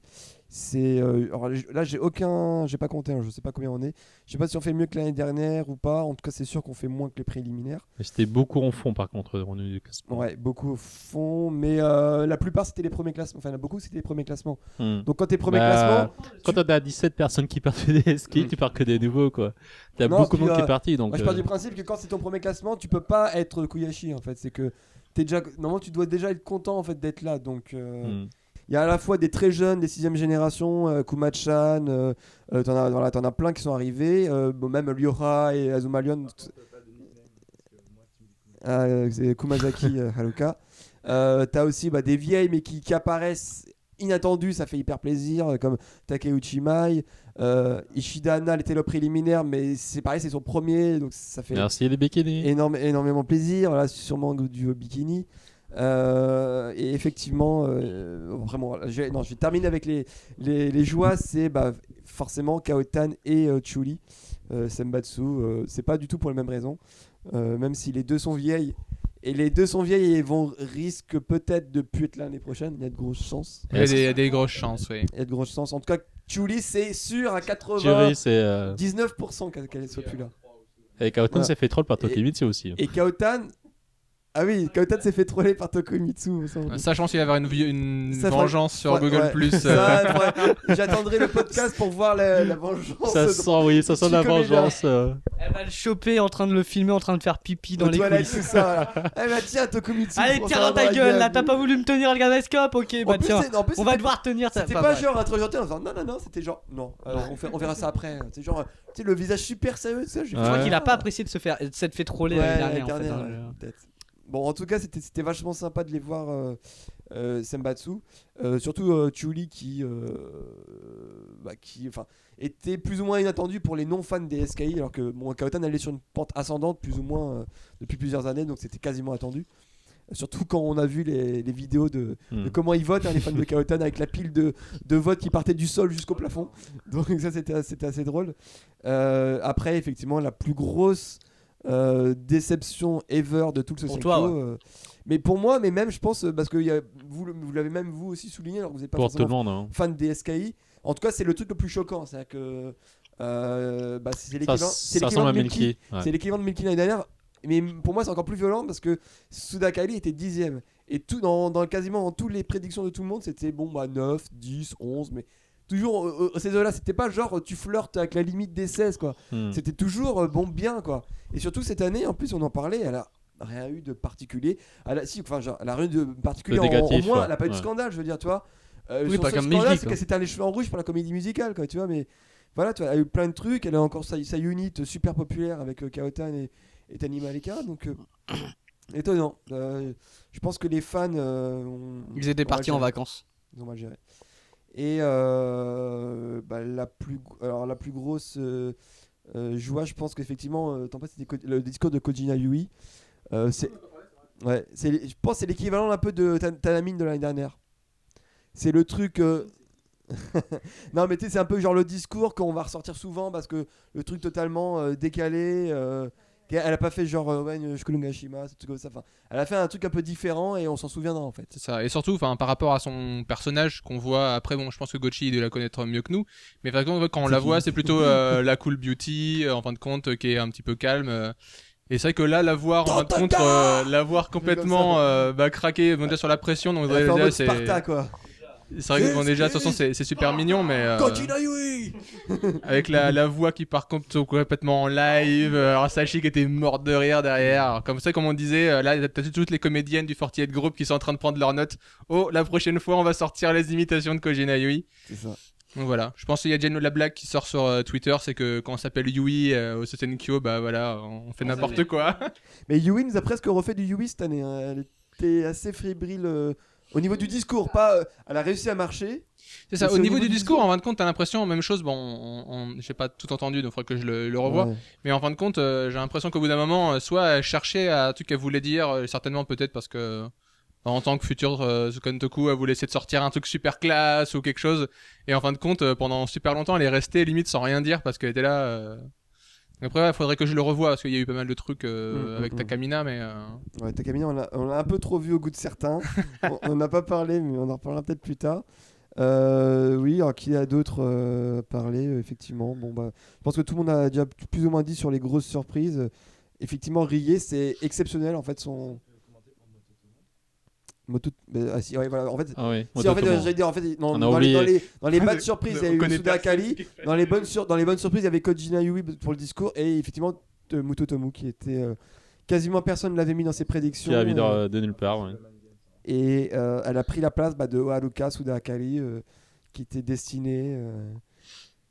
S6: C'est euh, alors, j- là, j'ai aucun, j'ai pas compté. hein, je sais pas combien on est. Je sais pas si on fait mieux que l'année dernière ou pas. En tout cas, c'est sûr qu'on fait moins que les préliminaires.
S4: Mais hein. C'était beaucoup en fond par contre. On a eu du classement.
S6: Ouais, beaucoup au fond, mais euh, la plupart c'était les premiers classements. Enfin, il y en a beaucoup c'était les premiers classements.
S4: Hmm.
S6: Donc quand t'es premier
S4: Bah,
S6: classement, Hmm.
S4: Quand t'as 17 personnes qui partent des skis,
S5: Mm.
S4: tu pars que des nouveaux quoi. T'as
S6: Non,
S4: beaucoup de
S6: puis,
S4: monde qui
S6: euh,
S4: est parti donc.
S6: Moi, je pars
S4: euh,
S6: du principe que quand c'est ton premier classement, tu peux pas être Koyashi en fait. C'est que t'es déjà normalement tu dois déjà être content en fait d'être là. Donc euh, il
S4: hmm.
S6: y a à la fois des très jeunes, des sixième génération, euh, Kumachan, euh, euh, t'en as voilà, t'en as plein qui sont arrivés, euh, bon, même Lyora et Azuma Lyon, t- Ah, euh, c'est Kumazaki euh, Haruka. Euh, t'as aussi bah, des vieilles mais qui, qui apparaissent inattendues, ça fait hyper plaisir, euh, comme Takeuchi Mai, euh, Ishida Anna, elle était le préliminaire, mais c'est pareil, c'est son premier, donc ça fait
S4: Merci les bikinis.
S6: énorme, énormément plaisir. Là, sûrement du bikini. Euh, et effectivement, euh, vraiment, voilà, je, vais- non, je vais terminer avec les, les, les joies. C'est bah, forcément Kaotan et euh, Chuli. Euh, Senbatsu, euh, c'est pas du tout pour les mêmes raisons. Euh, même si les deux sont vieilles. Et les deux sont vieilles et vont risquent peut-être de plus être là l'année prochaine. Il y a de grosses chances.
S5: Il y a des, il y a des grosses chances, oui.
S6: Il y a de grosses chances. En tout cas, Chuli, c'est sûr à 80.
S4: Jury c'est. euh,
S6: 19% qu'elle qu'elle soit plus là.
S4: Et Kaotan
S6: Voilà.
S4: s'est fait troll par
S6: Et-
S4: Tokimitsu aussi. hein.
S6: Et Kaotan. Ah oui, Kaotan s'est fait troller par Tokomitsu. Ça, on-
S5: Euh, Ça, je pense qu'il va y avoir une, vie- une
S6: Ça fera-
S5: vengeance sur
S6: Ouais,
S5: Google
S6: ouais.
S5: Plus. euh,
S6: Ça, faudrait- J'attendrai le podcast pour voir la, la vengeance.
S4: Ça sent, oui, ça sent la
S6: Petit comédien.
S4: vengeance. euh.
S2: Elle va le choper en train de le filmer, en train de faire pipi
S6: aux
S2: dans les
S6: toilettes,
S2: coulisses.
S6: tout ça. voilà. Eh bah tiens, Tokomitsu.
S2: Allez,
S6: prends
S2: tire
S6: ça
S2: dans ta
S6: la
S2: gueule là, t'as pas voulu me tenir le gardescope, ok,
S6: En
S2: bah
S6: plus,
S2: tiens,
S6: c'est- en plus,
S2: on va
S6: c'était-
S2: devoir tenir ça.
S6: C'était
S2: Enfin,
S6: pas
S2: bref.
S6: genre un truc gentil en disant non, non, non, c'était genre non, alors on, fait- on verra ça après. C'est genre, euh, tu sais, le visage super sérieux, tu sais.
S4: Je
S2: Je crois
S4: Ouais.
S2: qu'il a pas apprécié de se faire, de s'être fait troller
S6: Ouais,
S2: l'année
S6: l'année
S2: dernière, en fait,
S6: dernière,
S2: hein.
S6: ouais, peut-être. Bon, en tout cas, c'était c'était vachement sympa de les voir, euh, euh, Senbatsu. Euh, surtout euh, Chuli qui, euh, bah, qui enfin, était plus ou moins inattendu pour les non-fans des SKI, alors que bon, Kaotan allait sur une pente ascendante plus ou moins euh, depuis plusieurs années, donc c'était quasiment attendu. Surtout quand on a vu les, les vidéos de,
S4: Hmm.
S6: de comment ils votent, hein, les fans de Kaotan, avec la pile de, de votes qui partait du sol jusqu'au plafond. Donc ça, c'était assez, c'était assez drôle. Euh, après, effectivement, la plus grosse euh, déception ever de tout le
S2: Pour
S6: Sosenko.
S2: toi, ouais.
S6: euh, mais pour moi, mais même, je pense, euh, parce que il y a- vous, le- vous l'avez même vous aussi souligné, alors que vous n'êtes pas
S4: Pour tout le
S6: forcément
S4: monde. hein.
S6: fan des SKI. En tout cas, c'est le truc le plus choquant. C'est-à-dire que euh, bah, c'est
S4: Ça,
S6: l'équivalent c'est
S4: ça
S6: l'équivalent
S4: ressemble à
S6: de Milky.
S4: Milky. ouais.
S6: C'est l'équivalent de Milky l'année dernière. Mais pour moi, c'est encore plus violent parce que Sudakali était dixième. Et tout, dans, dans quasiment en toutes les prédictions de tout le monde, c'était bon, bah 9, 10, 11, mais toujours euh, euh, ces deux-là. C'était pas genre euh, tu flirtes avec la limite des 16, quoi.
S4: Hmm.
S6: C'était toujours euh, bon, bien quoi. Et surtout cette année, en plus, on en parlait, elle a rien eu de particulier. Elle a, si, enfin, genre, elle a rien eu de particulier
S4: De
S6: en- en,
S4: négatif,
S6: moins,
S4: quoi.
S6: elle a pas eu de
S4: Ouais.
S6: scandale, je veux dire, tu vois. Euh,
S11: Oui,
S6: son
S11: pas
S6: seul
S11: comme
S6: scandale,
S11: Milky,
S6: c'est
S11: quoi.
S6: qu'elle s'était allée cheveux en rouge pour la comédie musicale, quoi, tu vois, mais voilà, tu vois, elle a eu plein de trucs. Elle a encore sa, sa unit super populaire avec euh, Kaotan et, et Tani Malika, donc. euh, Étonnant. Euh, je pense que les fans. euh, ont-
S2: Ils étaient
S6: ont
S2: partis en
S6: mal géré.
S2: vacances.
S6: Ils ont mal géré. Et euh, bah, la, plus, gro- alors, la plus grosse euh, Euh, Joua, je pense qu'effectivement, euh, t'en penses, c'était Ko- le discours de Kojina Yui. euh, c'est, ouais, c'est, je pense que c'est l'équivalent un peu de Ta- Tanamine de l'année dernière. C'est le truc. euh, non, mais tu sais, c'est un peu genre le discours qu'on va ressortir souvent parce que le truc totalement euh, décalé. euh, elle a pas fait genre euh, ouais, une Shkulungashima, ce truc comme ça. Enfin, elle a fait un truc un peu différent et on s'en souviendra en fait.
S5: C'est ça. Et surtout, enfin, par rapport à son personnage qu'on voit après, bon, je pense que Gochi il doit la connaître mieux que nous. Mais par exemple, quand on
S6: C'est
S5: la
S6: qui
S5: voit, c'est plutôt euh, la cool beauty, euh, en fin de compte, euh, qui est un petit peu calme. euh. Et c'est vrai que là, la voir, en fin de compte, euh, la voir complètement euh, bah, craquer, bon, déjà sur la pression, donc
S6: Elle a fait en
S5: déjà,
S6: mode
S5: c'est.
S6: Sparta quoi.
S5: C'est vrai que bon, déjà, de toute façon, c'est c'est super mignon, mais. euh,
S6: Kojina Yui
S5: avec la, la voix qui part compl- complètement en live, euh, alors Sachi qui était morte de rire derrière. Alors, Comme ça, comme on disait, euh, là, t'as toutes les comédiennes du Fortier Group qui sont en train de prendre leurs notes. Oh, la prochaine fois, on va sortir les imitations de Kojina Yui.
S6: C'est ça.
S5: Donc voilà, je pense qu'il y a Jeno la blague qui sort sur euh, Twitter, c'est que quand on s'appelle Yui euh, au Sotenkyo, bah voilà, on fait n'importe quoi.
S6: Mais Yui nous a presque refait du Yui cette année. hein. Elle était assez fébrile euh, au niveau du discours. Pas, euh, elle a réussi à marcher.
S5: C'est ça,
S6: Mais
S5: au niveau, du discours, en fin de compte, t'as l'impression, même chose, bon, on, on- j'ai pas tout entendu, donc il faudrait que je le, le revoie.
S6: Ouais.
S5: Mais en fin de compte, euh, j'ai l'impression qu'au bout d'un moment, euh, soit elle cherchait à un truc qu'elle voulait dire, euh, certainement peut-être parce que euh, en tant que futur euh, Sukantoku, elle voulait essayer de sortir un truc super classe ou quelque chose. Et en fin de compte, euh, pendant super longtemps, elle est restée limite sans rien dire parce qu'elle était là. euh. Après, il faudrait que je le revoie parce qu'il y a eu pas mal de trucs euh,
S6: Mm, mm,
S5: avec
S6: mm.
S5: Takamina, mais euh,
S6: Ouais, Takamina, on l'a- on l'a un peu trop vu au goût de certains. On- on n'a pas parlé, mais on en reparlera peut-être plus tard. Euh, oui, alors qu'il y a d'autres euh, à parler, euh, effectivement. Bon, bah, je pense que tout le monde a déjà p- plus ou moins dit sur les grosses surprises. Euh, Effectivement, Rié, c'est exceptionnel, en fait, son... Moto... mais- ah, si, ouais, voilà, en fait,
S4: Ah oui.
S6: Si, en fait, j'allais dire, en fait, dans,
S4: On a
S6: dans les, dans,
S4: oublié.
S6: les, dans les bad surprises, il y a
S5: on
S6: eu
S5: connaît
S6: Suda Kali. Dans les, bonnes sur- dans les bonnes surprises, il y avait Kojina Yui pour le discours. Et effectivement, euh, Mutotomu, qui était. euh, quasiment personne ne l'avait mis dans ses prédictions.
S4: Qui a vu
S6: euh,
S4: de de nulle part. ouais.
S6: et euh, elle a pris la place bah, de Haruka Suda Akari, euh, qui était destinée. euh,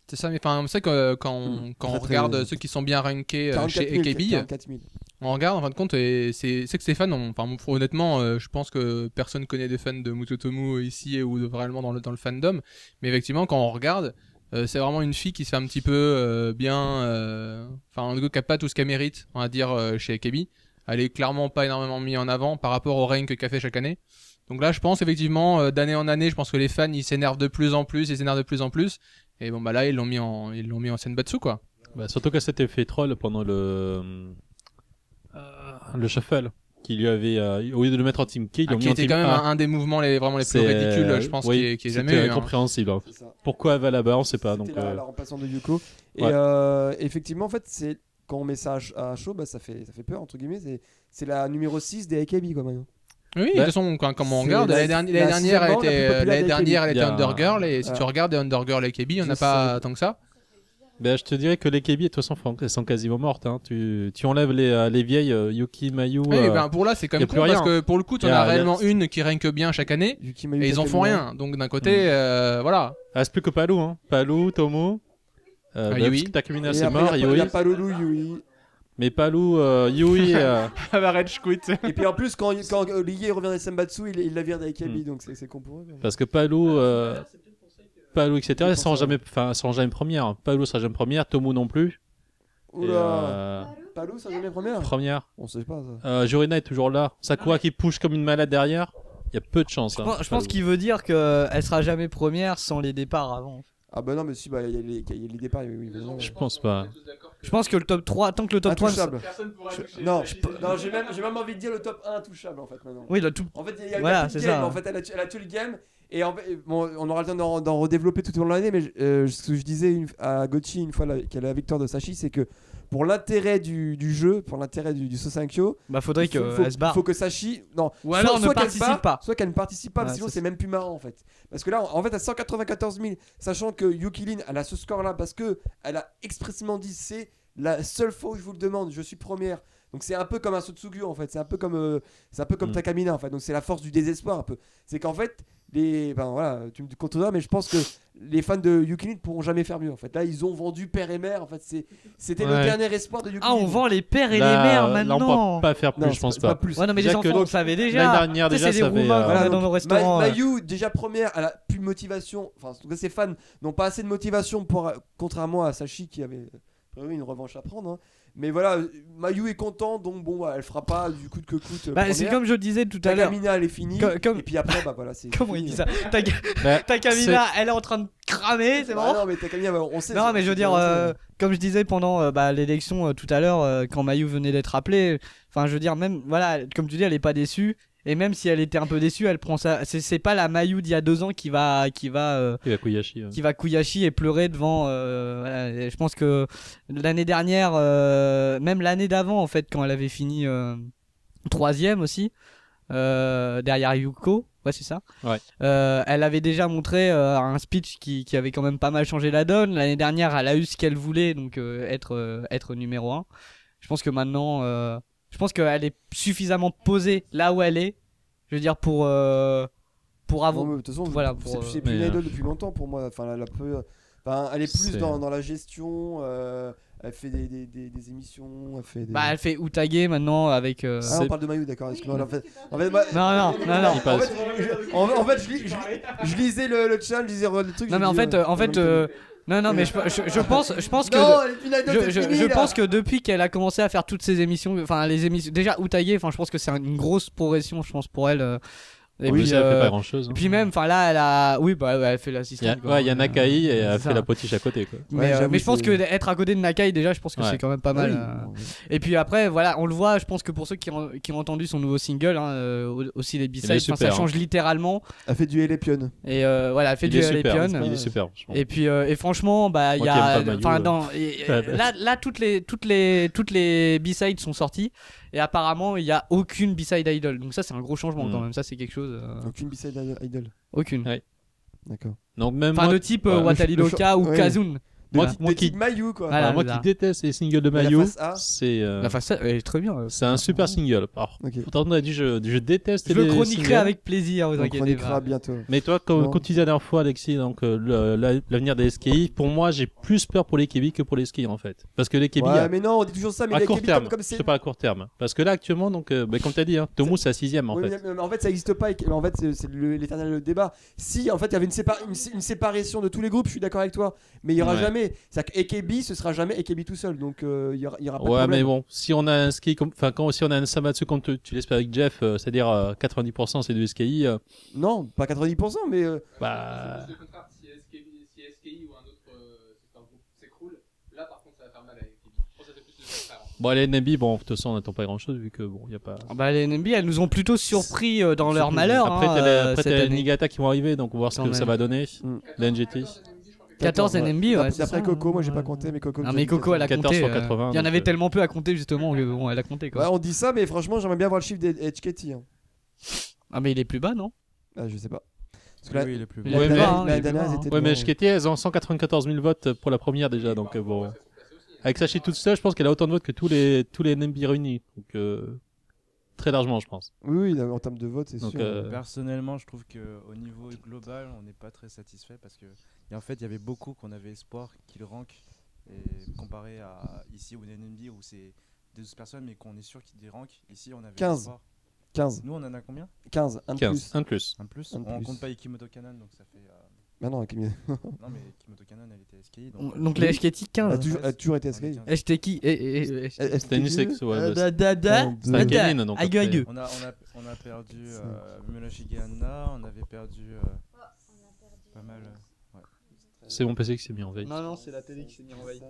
S5: c'est ça. Mais enfin, c'est vrai que euh, quand on,
S6: Mm,
S5: quand
S6: très,
S5: on regarde
S6: très-
S5: euh, ceux qui sont bien rankés euh,
S6: 44
S5: chez
S6: 000,
S5: AKB,
S6: 44 000.
S5: On regarde en fin de compte et c'est c'est que Stéphane, on, enfin, bon, honnêtement, euh, je pense que personne connaît des fans de Mutotomu ici ou de- vraiment dans le, dans le fandom, mais effectivement quand on regarde, euh, c'est vraiment une fille qui se fait un petit peu euh, bien, euh, enfin en tout cas qui a pas tout ce qu'elle mérite, on va dire euh, chez Akebi. Elle est clairement pas énormément mise en avant par rapport au rank qu'elle fait chaque année. Donc là, je pense effectivement euh, d'année en année, je pense que les fans ils s'énervent de plus en plus, ils s'énervent de plus en plus, et bon bah là ils l'ont mis en ils l'ont mis en Senbatsu quoi.
S4: Bah, surtout qu'elle s'était fait troll pendant le euh, le shuffle qui lui avait euh, au lieu de le mettre en team K, ils
S5: Ah,
S4: l'ont mis
S5: qui
S4: en
S5: était
S4: team
S5: quand même
S4: A.
S5: un, un des mouvements les, vraiment les plus
S4: C'est,
S5: ridicules,
S4: euh,
S5: je pense,
S4: oui,
S5: qui est- qui est
S4: c'était
S5: jamais eu. hein.
S4: incompréhensible. hein.
S6: C'est ça.
S4: Pourquoi elle va là-bas, on sait pas. Donc
S6: C'était la,
S4: euh,
S6: la remplaçante de Yuko. Et
S4: Ouais.
S6: euh, effectivement, en fait, c'est quand on met ça à ch- à chaud, bah, ça, fait, ça fait peur, entre guillemets. C'est- C'est la numéro 6 des AKB, quoi, maintenant.
S5: Oui, de
S4: Bah,
S5: toute façon, quand, comme on
S6: c'est
S5: regarde,
S6: la-
S5: l'année dernière, l'année
S6: la
S5: dernière,
S6: sixième
S5: elle
S6: bande la plus
S5: était,
S6: populaire
S5: l'année
S6: des
S5: dernière, elle
S4: Kebi.
S5: était
S4: Il y a un-
S5: Undergirl, et si
S6: Ouais.
S5: tu regardes les Undergirl et Kebi, il n'y en a
S6: Je
S5: pas
S6: sais.
S5: tant que ça.
S4: Ben, je te dirais que les KB, de toute façon, font- elles sont quasiment mortes. hein. Tu, tu enlèves les, euh, les vieilles euh, Yuki, Mayu.
S5: Oui,
S4: euh,
S5: ben, pour là, c'est quand
S4: y
S5: même
S4: a plus
S5: cool, parce
S4: rien.
S5: que pour le coup, tu
S4: Y
S5: en
S4: a-
S5: as
S4: y a-
S5: réellement une qui rank bien chaque année,
S6: Yuki Mayu
S5: et ils en font
S6: Takamura.
S5: rien. Donc d'un côté,
S4: Mm.
S5: euh, voilà.
S4: Ah, c'est plus que Palou. Hein. Palou, Tomo. Euh,
S5: Ah,
S4: ben,
S5: Yui.
S4: parce que Takumina,
S6: Et
S4: c'est
S6: après,
S4: mort.
S6: il y a- Il y
S4: Yui.
S6: a Palulu, Yui.
S4: Mais Palou, euh, Yui. euh,
S5: Arrête, je quitte.
S6: Et puis en plus, quand, quand euh, Lié revient des Sembatsu, il, il la vire d'Aikabi, donc c'est c'est con pour eux. mais-
S4: parce que Palou. euh, Palou, etc. Elles seront jamais, enfin, elles seront jamais premières. hein. Palou sera jamais première. Tomo non plus. Et,
S6: Oula
S4: euh,
S6: Palou, ça jamais première
S4: première.
S6: On sait pas ça.
S4: Euh, Jorina est toujours là. Sakura qui pousse comme une malade derrière. Il y a peu de chance.
S2: Je
S4: hein,
S2: pense, je
S4: Palou.
S2: pense qu'il veut dire qu'elle sera jamais première sans les départs avant.
S6: Ah bah non, mais si, bah, il y a les, il y a les départs, oui, oui, évidemment.
S4: Je pense pas.
S2: Je pense que le top 3, tant que le top 3.
S6: Intouchable. Non, je- non, j'ai même, j'ai même envie de dire le top 1 touchable en fait maintenant.
S2: Oui, le tout.
S6: En fait, il y a, il y a
S2: Voilà,
S6: plus de
S2: c'est
S6: game.
S2: ça.
S6: En fait, elle a, tué- elle a tué le game. Et en fait, bon, on aura le temps d'en, d'en redévelopper tout au long de l'année. Mais je- euh, ce que je disais une- à Gochi une fois la- qu'elle a la victoire de Sachi, c'est que pour l'intérêt du, du jeu, pour l'intérêt du, du Sosankyo,
S2: Bah, faudrait
S6: il faut,
S2: qu'elle se barre.
S6: faut que Sachi. Non,
S2: Ou alors ne
S6: qu'elle
S2: participe
S6: se barre,
S2: pas.
S6: Soit qu'elle ne participe pas, parce que
S2: Ouais,
S6: sinon
S2: c'est
S6: c'est même plus marrant en fait. Parce que là, en fait, à 194 000, sachant que Yukilin, elle a ce score là, parce que elle a expressément dit c'est la seule fois où je vous le demande, je suis première. Donc c'est un peu comme un Sotsugu en fait, c'est un peu comme, euh, c'est un peu comme
S4: Mm.
S6: Takamina en fait. Donc c'est la force du désespoir un peu. C'est qu'en fait, les, ben voilà, tu me contredis, mais je pense que les fans de Yukilin pourront jamais faire mieux en fait. Là, ils ont vendu père et mère en fait. C'est, c'était le
S4: Ouais.
S6: dernier espoir de Yukilin.
S2: Ah, on vend les pères et
S4: Là,
S2: les mères
S4: euh, là, on
S2: maintenant.
S4: peut pas faire plus,
S6: Non,
S4: je
S6: c'est
S4: pense
S6: c'est
S4: pas.
S6: plus.
S2: Ouais, non, mais les
S4: Déjà
S2: enfants,
S4: que
S2: on le savait déjà.
S4: L'année dernière,
S2: Tu sais,
S4: déjà,
S2: c'est
S4: ça
S2: des
S4: avait,
S2: Roumains
S4: euh,
S2: qu'on
S6: Voilà,
S2: met dans
S6: donc,
S2: nos restaurants.
S6: Ma-
S2: euh.
S6: Mayu, déjà première, elle a plus de motivation. Enfin, en tout cas, ses fans n'ont pas assez de motivation pour, contrairement à Sachi qui avait priori, une revanche à prendre. hein. Mais voilà, euh, Mayu est content, donc bon, bah, elle fera pas du coup de que coûte. euh,
S2: Bah, c'est
S6: première.
S2: comme je le disais tout à l'heure.
S6: Takamina, elle est finie.
S2: Comme- comme-
S6: Et puis après, bah voilà, c'est.
S2: Comment il
S6: fini.
S2: dit ça Taka-
S5: Bah,
S2: Takamina, elle est en train de cramer, c'est
S6: Ah
S2: bon
S6: non, mais Takamina, bah, on sait.
S2: Non,
S6: c'est-
S2: mais je veux dire, euh, comme je disais pendant euh, bah, l'élection euh, tout à l'heure, euh, quand Mayu venait d'être appelée, enfin, je veux dire, même, voilà, comme tu dis, elle est pas déçue. Et même si elle était un peu déçue, elle prend ça. C'est c'est pas la Mayu d'il y a deux ans qui va, qui va, euh,
S4: Et la Koyashi.
S2: qui va Kouyashi et pleurer devant. euh, voilà. Et je pense que l'année dernière, euh, même l'année d'avant, en fait, quand elle avait fini euh, troisième aussi, euh, derrière Yuko, ouais, c'est ça.
S4: Ouais.
S2: Euh, elle avait déjà montré euh, un speech qui, qui avait quand même pas mal changé la donne. L'année dernière, elle a eu ce qu'elle voulait, donc euh, être, euh, être numéro un. Je pense que maintenant, euh, je pense qu'elle est suffisamment posée là où elle est, je veux dire, pour. euh, pour
S6: Non,
S2: avoir,
S6: mais de toute façon,
S2: Voilà,
S6: c'est-
S2: pour, euh,
S6: c'est plus une
S4: mais, euh,
S6: idole depuis longtemps pour moi. Enfin, elle, a peu- enfin, elle est plus
S4: C'est-
S6: dans, dans la gestion. euh, elle fait des, des, des, des émissions. Elle fait des...
S2: Bah, elle fait Utage maintenant avec. euh,
S6: Ah, on
S4: C'est-
S6: parle de Mayu, d'accord. excuse-moi, en fait, en fait, moi-
S2: Non, non, non, non.
S4: Il
S6: En
S4: passe.
S6: fait, je- en- en fait, je, lis- je lis- je lisais le, le chat, je lisais le truc.
S2: Non,
S6: je
S2: mais en
S6: dis,
S2: fait,
S6: euh,
S2: euh, en fait,
S6: non,
S2: euh, non, non, mais je, je, je pense, je pense que.
S6: non, elle est une idole
S2: Je, je,
S6: depuis
S2: je
S6: là.
S2: pense que depuis qu'elle a commencé à faire toutes ses émissions, enfin les émissions, déjà Outaillé, enfin je pense que c'est une grosse progression, je pense pour elle. euh, Et
S4: oui,
S2: puis,
S4: elle
S2: euh,
S4: fait pas grand chose.
S2: et puis même, enfin là, elle a, oui, bah elle fait
S4: Il y a,
S2: l'assistante. quoi.
S4: ouais, il y a Nakai et elle a
S2: C'est
S4: fait
S2: ça.
S4: la potiche à côté. Quoi.
S2: Mais,
S6: Ouais,
S2: euh,
S6: j'avoue,
S2: mais je pense que
S6: c'est-
S2: d'être à côté de Nakai déjà, je pense que
S4: Ouais.
S2: c'est quand même pas
S6: Ah
S2: mal.
S6: oui.
S2: euh, Et puis après, voilà, on le voit, je pense que pour ceux qui ont, qui ont entendu son nouveau single, hein, euh, au- aussi les
S4: Il
S2: B-sides,
S4: est
S2: enfin, ça
S4: super, hein.
S2: change littéralement.
S6: Elle fait du Elepion.
S2: Et euh, voilà, elle fait
S4: il,
S2: du
S4: est super, hein,
S2: Elepion.
S4: il est super. franchement.
S2: Et puis euh, et franchement bah il y
S4: Moi qui
S2: a
S4: aime pas Mayu,
S2: enfin
S4: euh.
S2: dans- et- et
S4: Ouais, bah.
S2: là là toutes les toutes les toutes les B-sides sont sorties et apparemment il y a aucune B-side idol. Donc ça c'est un gros changement
S4: Mm.
S2: quand même, ça c'est quelque chose euh,
S6: Aucune B-side idol.
S2: aucune.
S4: Ouais.
S6: D'accord.
S4: Donc même
S2: Enfin
S4: moi,
S2: de type euh,
S4: Ouais,
S2: Watali
S6: le ch-
S2: Doka ou
S6: ouais.
S2: Kazun.
S4: moi,
S2: Voilà.
S4: moi
S6: Des
S4: qui,
S6: petites Mayu, quoi.
S2: Ah, Voilà,
S4: alors, moi
S2: c'est
S4: qui
S2: ça.
S4: déteste les singles de
S6: Mais la
S4: Mayo,
S6: face A.
S4: c'est euh,
S2: La face elle est très bien. euh.
S4: c'est un super single. Alors,
S6: Ok.
S4: pourtant on a dit je, je déteste
S2: Je le
S4: les
S2: chroniquerai
S4: singles.
S2: avec plaisir, vous
S6: On
S2: inquiétez
S6: chroniquera
S2: pas.
S6: bientôt.
S4: Mais toi, comme,
S6: Non.
S4: comme tu disais la dernière fois, Alexis, donc euh, le- la- l'avenir des SKI, pour moi, j'ai plus peur pour les Kibi que pour les skis en fait, parce que les Kibi
S6: Ouais,
S4: à,
S6: mais non, on dit toujours ça, mais
S4: à
S6: les
S4: court
S6: Kébi,
S4: terme,
S6: comme- comme
S4: je
S6: c'est.
S4: te parle à court terme, parce que là actuellement, donc, euh, bah, comme t'as dit, hein, Tomu c'est à sixième en
S6: Oui,
S4: fait.
S6: mais- mais en fait, ça n'existe pas. et- mais En fait, c'est c'est le- l'éternel débat. Si, en fait, il y avait une, sépa- une, sé- une séparation de tous les groupes, je suis d'accord avec toi. Mais il y aura
S4: Ouais.
S6: jamais. C'est-à-dire qu'EKB, ce sera jamais EKB tout seul. Donc, euh, il y aura, il y aura pas de
S4: Ouais, mais
S6: problème.
S4: bon, si on a un ski, comme- enfin, quand si on a un Samatsu comme tu, tu l'espères avec Jeff, euh, c'est-à-dire euh, 90% c'est du SKI, euh,
S6: Non, pas 90%, mais. euh,
S4: bah,
S5: C'est plus le contraire, si SKI, si SKI ou un autre euh, secteur groupe s'écroule, là par contre ça va faire mal à l'équipe. Je pense que ça fait plus le contraire.
S4: bon, les NMB, bon, de toute façon, on n'attend pas grand-chose vu que bon, il y a pas.
S2: Bah les NMB elles nous ont plutôt surpris euh, dans leur malheur
S4: Après,
S2: hein,
S4: t'as
S2: euh,
S4: les- après,
S2: cette
S4: t'as les
S2: année.
S4: Niigata qui vont arriver, donc on va voir ce
S2: Quand
S4: que ça
S2: même.
S4: va donner.
S6: Mm.
S4: Les NGT.
S2: 14 NMB, ouais,
S6: D'après-
S2: c'est
S6: D'après
S2: ça,
S6: Coco,
S2: hein,
S6: moi j'ai pas
S2: ouais.
S6: compté, mais Coco.
S2: Non
S6: j'ai
S2: mais
S6: dit
S2: Coco elle a
S4: 14
S2: compté.
S4: sur
S2: euh,
S4: 80,
S2: Il y en
S4: donc,
S2: avait
S4: euh.
S2: tellement peu à compter justement que bon elle a compté
S6: Ouais,
S2: quoi.
S6: on dit ça, mais franchement, j'aimerais bien voir le chiffre des HKT. hein.
S2: Ah mais il est plus bas non
S6: Ah, je sais pas. Parce que là,
S8: Oui, il est plus
S2: Il
S4: Ouais,
S2: est plus
S4: mais-
S2: bas, hein, il
S6: la
S2: est plus
S6: dernière,
S2: bas,
S6: elles
S2: hein.
S6: étaient
S4: Ouais, mais
S6: devant,
S4: HKT, elles ont 194 000 votes pour la première déjà, donc euh, bon. Avec Sachez toute seule, je pense qu'elle a autant de votes que tous les, tous les NMB réunis. Donc, euh, très largement, je pense.
S6: Oui, oui, en termes de vote, c'est
S4: Donc,
S6: sûr.
S4: euh,
S8: Personnellement, je trouve que au niveau global, on n'est pas très satisfait parce que et en fait, il y avait beaucoup qu'on avait espoir qu'ils rankent et comparé à ici au NNB où c'est 12 personnes mais qu'on est sûr qu'ils les rankent. Ici, on avait
S6: 15.
S8: espoir.
S6: 15,
S8: Nous, on en a combien
S6: 15, un de
S4: 15.
S6: plus.
S4: Un de plus.
S8: Un de plus.
S6: Un de
S8: on
S6: plus.
S8: compte pas Ikimoto Kanon donc ça fait euh,
S6: Bah non, Kimi-
S8: non mais Ikimoto Kanon elle était SKI donc
S2: On- Donc les HKT
S6: elle a
S2: 15.
S6: toujours, elle a toujours été SKI.
S8: on est 15.
S2: J'étais qui Eh, eh, eh, eh.
S4: C'était unisex, ouais.
S6: Ah,
S4: bah,
S2: Euh,
S4: ouais,
S6: bah,
S2: da- da- da-
S6: Un, deux.
S4: c'est pas
S2: da-
S4: Kenin, donc.
S2: Aïe, aïe.
S4: après.
S8: On a, on a, on a perdu euh, Muroshige Anna, on avait perdu euh, pas mal. euh,
S4: C'est mon PC qui s'est mis en veille.
S2: Non, Ah non, c'est la télé qui s'est mise en veille.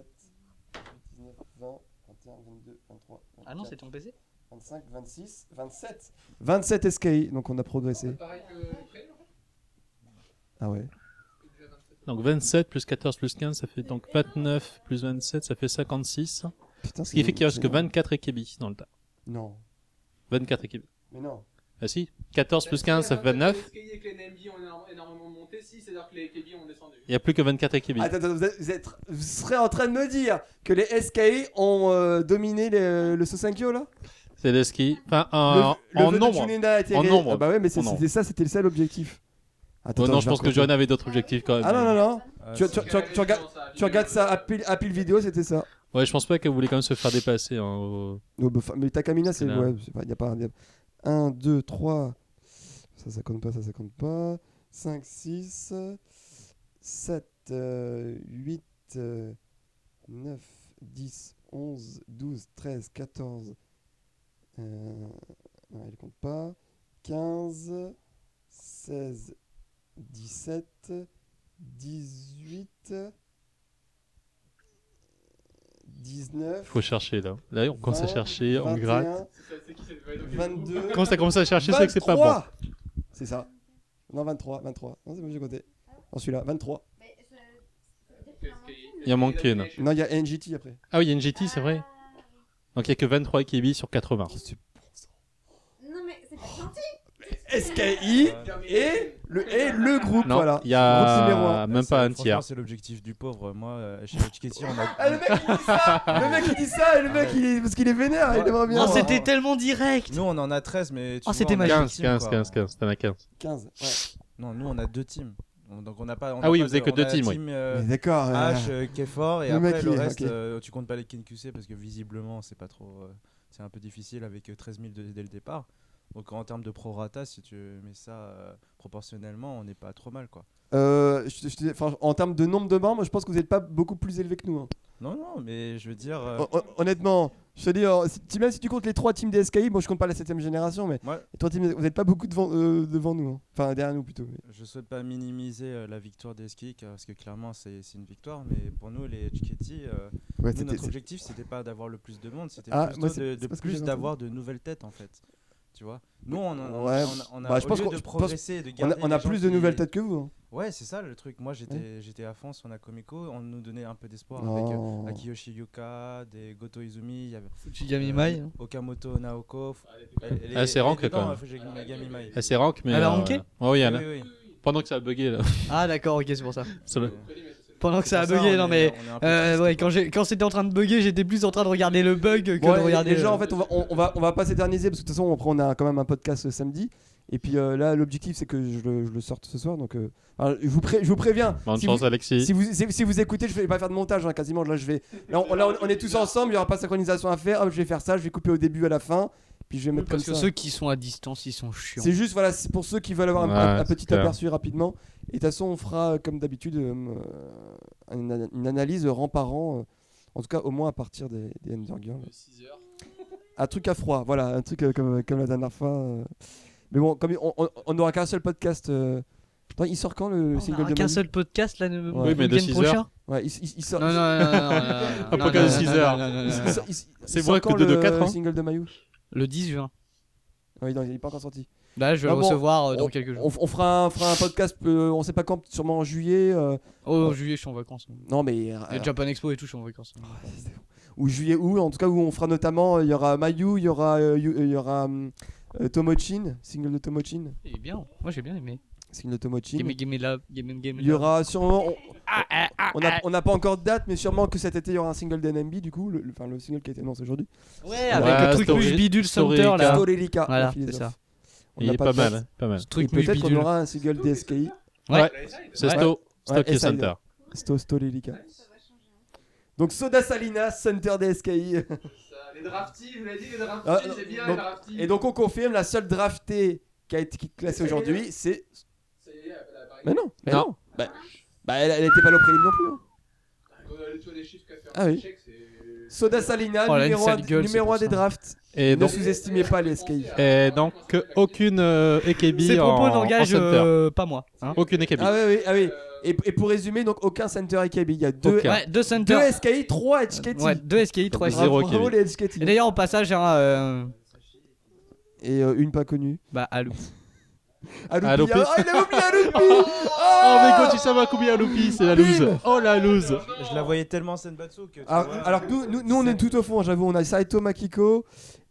S6: 19, 20, 21, 22, 23.
S2: Ah non, c'est ton PC
S6: 25, 26, 27. 27 SKI, donc on a progressé.
S5: Pareil que le pré,
S6: Ah ouais.
S4: Donc, 27 plus 14 plus 15, ça fait donc 29 plus 27, ça fait 56.
S6: Putain,
S4: Ce qui fait qu'il reste que
S6: c'est-
S4: 24 Ekebi dans le tas.
S6: Non.
S4: 24 Ekebi.
S6: Mais non.
S4: Ah si, 14 plus 15, ça fait 29.
S5: Les SKI et que les NMB ont énorme- énormément monté, si, c'est-à-dire que les KB ont descendu.
S4: Il n'y a plus que 24 Ekebi.
S6: Attends, attends, vous, êtes- vous êtes- vous serez en train de me dire que les SKI ont euh, dominé les- le Sosenkyo là
S4: C'est les skis. Enfin,
S6: Le-
S4: en,
S6: le
S4: Euh, en
S6: vœu de
S4: nombre.
S6: Junena a été
S4: En
S6: ré-
S4: nombre.
S6: Ah bah ouais, mais c'est-
S4: En nombre.
S6: c'était ça, c'était le seul objectif. Attends,
S4: Oh
S6: attends,
S4: non, je pense que
S6: vais
S4: Johan avait d'autres objectifs quand même.
S6: Ah non, non, non.
S8: Ah,
S6: Tu-
S8: c'est-
S6: tu- regardes- Tu regardes ça à pile, à pile vidéo, c'était ça.
S4: Ouais, je pense pas qu'elle voulait quand même se faire dépasser. hein, au-
S6: Non, bah, fa- mais Takamina, c'est.
S4: C'est là.
S6: Ouais, c'est pas- y a pas. 1, 2, 3. Ça, ça compte pas, ça, ça compte pas. 5, euh, 6, 7, 8, 9, 10, 11, 12, 13, 14. Euh, non, il compte pas. 15, 16, 17, 18, 19.
S4: Faut chercher là. Là, on commence à
S6: 20,
S4: chercher, on
S6: 21,
S4: gratte.
S6: 22.
S4: Quand ça commence à chercher, c'est que c'est pas bon.
S6: 23. C'est ça. Non, 23, 23. Non, c'est bon, j'ai compté. Non, celui-là, 23.
S4: Il en manque une.
S6: Non, il y a NGT après.
S4: Ah oui, il y a NGT, c'est vrai. Donc il n'y a que 23 KB sur 80.
S7: euh, Non, mais c'est pas gentil.
S6: SKI et le, et le groupe,
S4: Non,
S6: voilà.
S4: il y a
S6: Groupe numéro hein. un.
S4: Ah, même
S8: Ça,
S4: pas un
S8: franchement,
S4: tiers.
S8: Ah, C'est l'objectif du pauvre. Moi, euh, chez Education, on a.
S12: Ah, le mec, il dit ça
S6: Le mec, il dit ça et le mec, il est... parce qu'il est vénère, il aimerait bien.
S8: Non, c'était
S2: tellement direct
S8: Nous, on en a 13, mais. tu
S2: Oh,
S8: vois,
S2: c'était
S8: on a
S4: 15,
S8: deux teams,
S4: 15,
S8: quoi.
S4: 15, 15, t'en as 15.
S6: 15, ouais.
S8: Non, nous, on a deux teams. On- Donc, on n'a pas. on
S4: Ah
S8: a
S4: oui,
S8: pas
S4: vous avez que
S8: on
S4: deux
S8: a la
S4: teams, oui.
S8: team, euh,
S6: Mais d'accord,
S8: H,
S6: euh,
S8: euh, qui est fort, et
S6: le mec,
S8: après, le
S6: il est-
S8: reste,
S6: ok.
S8: euh, tu comptes pas les KNQC parce que visiblement, c'est pas trop. euh, c'est un peu difficile avec euh, 13 000 de- dès le départ. Donc, en termes de prorata, si tu mets ça euh, proportionnellement, on n'est pas trop mal, quoi.
S6: Euh, je te- je te dis, enfin, en termes de nombre de membres, je pense que vous n'êtes pas beaucoup plus élevé que nous. hein.
S8: Non, non, mais je veux dire. euh,
S6: Hon- hon- Honnêtement, je te dis, alors, si- tu- même si tu comptes les trois teams des SKI, bon, je compte pas la 7ème génération, mais
S8: Ouais.
S6: les trois teams, vous n'êtes pas beaucoup devant, euh, devant nous. hein. Enfin, derrière nous plutôt. mais-
S8: Je souhaite pas minimiser euh, la victoire des skis car- parce que clairement c'est c'est une victoire, mais pour nous les Chiketi, euh,
S6: Ouais,
S8: nous,
S6: c'était-
S8: notre
S6: c'est-
S8: objectif c'était pas d'avoir le plus de monde, c'était
S6: Ah,
S8: plutôt
S6: moi, c'est-
S8: de,
S6: c'est
S8: de
S6: pas ce que
S8: plus
S6: j'avais
S8: d'avoir de nouvelles têtes en fait. Tu vois Nous on, en- on,
S6: Ouais.
S8: a- on a
S6: Bah, je
S8: au
S6: pense
S8: lieu
S6: qu'on-
S8: de
S6: je pense
S8: progresser et de
S6: on a-
S8: garder
S6: on a
S8: les gens
S6: plus de
S8: qui-
S6: nouvelles têtes que vous, hein.
S8: Ouais, c'est ça le truc. Moi j'étais j'étais à fond sur Nakomiko, on nous donnait un peu d'espoir avec
S6: Non.
S8: euh, Akiyoshi Yuka, des Goto Izumi, il y avait euh,
S2: Fujigami Mai, hein.
S8: Okamoto Naoko. f- elle- elle
S4: Ah, c'est
S8: est- elle est
S4: rank, là,
S8: dedans,
S4: quand même.
S8: hein, Fujigami Mai.
S4: Ah, c'est rank, mais.
S2: Elle a
S4: euh,
S2: ranké
S4: ouais, oui, elle a-
S8: Oui, oui, oui.
S4: Pendant que ça a bugué là.
S2: Ah d'accord, ok, c'est pour ça.
S4: Ça le-
S2: Pendant que
S8: C'est
S2: ça a
S8: pour ça,
S2: bugué,
S8: on
S2: non
S8: est-
S2: mais
S8: on est un peu
S2: euh, ouais, quand j'ai quand c'était en train de bugger, j'étais plus en train de regarder le bug que
S6: Bon,
S2: de
S6: les-
S2: regarder.
S6: les gens, en
S2: euh,
S6: fait, on va, on, on va, on va pas s'éterniser parce que de toute façon, après, on a quand même un podcast euh, samedi. Et puis euh, là, l'objectif, c'est que je le, je le sorte ce soir. Donc, euh, alors, je, vous pré- je vous préviens.
S4: Bonne
S6: si
S4: chance,
S6: vous-
S4: Alexis.
S6: Si vous, si, si vous écoutez, je vais pas faire de montage hein, quasiment. Là, je vais. Là, on, là, on- on est tous ensemble. Il y aura pas de synchronisation à faire. Hop, je vais faire ça. Je vais couper au début, à la fin. Puis je vais mettre
S2: parce
S6: comme
S2: que
S6: ça.
S2: ceux qui sont à distance, ils sont chiants.
S6: C'est juste voilà, c'est pour ceux qui veulent avoir un,
S4: Ouais,
S6: un- un
S4: c'est
S6: petit
S4: clair.
S6: aperçu rapidement. Et de toute façon, on fera euh, comme d'habitude euh, euh, une, ana- une analyse rang par rang. euh, en tout cas, au moins à partir des, des Undergirls. Un truc à froid, voilà, un truc euh, comme, comme la dernière fois. euh. Mais bon, comme on- on on n'aura qu'un seul podcast. euh. Attends, il sort quand le,
S2: On
S6: single
S2: aura
S6: de
S2: Ah, qu'un
S6: Manu
S2: seul podcast là, le
S6: Oui,
S2: le
S4: mais de
S2: week-end
S4: six
S2: prochain.
S4: heures.
S6: Ouais, il, il- il sort.
S2: Non non non non, non, non, non,
S4: Un
S2: non,
S4: podcast de
S2: non,
S4: six
S2: non,
S4: heures.
S2: non, non, non,
S6: il-
S2: non,
S6: il
S2: non.
S6: sort- il- il
S4: C'est
S6: sort
S4: vrai que
S6: quand
S4: deux de
S6: le
S4: quatre, hein
S6: single de Mayou. Ah
S2: Le 10 juin.
S6: Oui, non, il n'est pas encore sorti.
S2: Là, je vais
S6: Ah
S2: le
S6: bon,
S2: recevoir euh,
S6: on-
S2: dans quelques jours.
S6: On, on fera, un, on fera un podcast, euh, on sait pas quand, sûrement en juillet. euh,
S2: Oh, en juillet, je suis en vacances.
S6: non, mais. euh,
S2: Et Japan Expo et tout, je suis en vacances.
S6: ou juillet ou en tout cas où on fera notamment euh, il y aura Mayu, il y aura euh, Yu- euh, il y aura hum, euh, Tomochin, single de Tomochin,
S2: Il est bien. Moi, j'ai bien aimé.
S6: single de Tomochin.
S2: Game game love, game game.
S6: Il y aura sûrement on- on n'a on n'a pas encore de date mais sûrement que cet été il y aura un single d'NMB du coup le, le- enfin le single qui a été annoncé aujourd'hui.
S2: Ouais,
S4: Ouais,
S2: avec le truc
S4: Story-
S2: russe bidule
S4: Story
S2: Center là.
S6: Storelica, le
S2: Voilà, c'est
S6: philosophe.
S2: ça.
S6: On
S4: Il
S6: n'a
S4: est
S6: de
S4: pas
S6: date.
S4: mal, hein, pas mal.
S2: Ce
S6: Et
S2: truc russe
S6: peut-être qu'on
S2: bidule.
S6: aura un single d'SKI,
S4: C'est
S6: Ouais.
S4: Sto,
S6: Ouais,
S4: Stock et
S6: SI,
S4: Center.
S6: Sto Storelica. Donc Soda Salina, Center DSKI.
S5: Les drafties, vous l'avez dit, les drafties,
S6: Ah,
S5: c'est bien,
S6: donc-
S5: les drafties.
S6: Et donc on confirme la seule draftée qui a été classée aujourd'hui, c'est
S5: Ça y est, elle apparaît.
S6: Mais non, mais
S4: Non.
S6: non. Bah, bah, elle, elle était pas là au prélim non plus. hein.
S5: On a Euh, les- tous les chiffres qu'a fait
S6: Ah oui.
S5: Check, c'est-
S6: Soda Salina,
S2: Oh, elle a une
S6: numéro,
S2: sale
S6: 1,
S2: gueule, c'est
S6: numéro
S2: pour
S6: un des
S2: ça.
S6: drafts.
S4: Et
S6: ne
S4: donc,
S6: sous-estimez pas les SKI.
S5: hein.
S4: et donc aucune euh, EKB
S2: Ces propos
S4: en, en
S2: n'engagent
S4: Center.
S2: euh, pas moi. hein.
S4: Aucune EKB.
S6: Ah oui, oui, ah
S5: Euh,
S6: oui. Et, et pour résumer, donc aucun center AKB. Il y a deux,
S4: Aucun.
S2: Ouais, deux Center.
S6: deux SKI, trois HKT.
S2: Ouais, deux SKI, trois
S4: Zéro.
S2: SKI.
S6: Bravo,
S4: AKB.
S6: bravo les HKT.
S2: Et d'ailleurs, au passage, hein, euh,
S6: Et euh, une pas connue.
S2: bah, allô.
S6: Aloupi.
S4: Aloupi.
S6: Ah, il a oublié Aloupi
S4: Oh,
S6: Ah
S4: mais quand tu savais combien à Loupi, c'est la lose. Oh la lose.
S8: Je la voyais tellement Senbatsu que. tu
S6: alors,
S8: vois,
S6: Ah, alors que nous, nous, nous, on est tout au fond, hein, j'avoue. On a Saito Makiko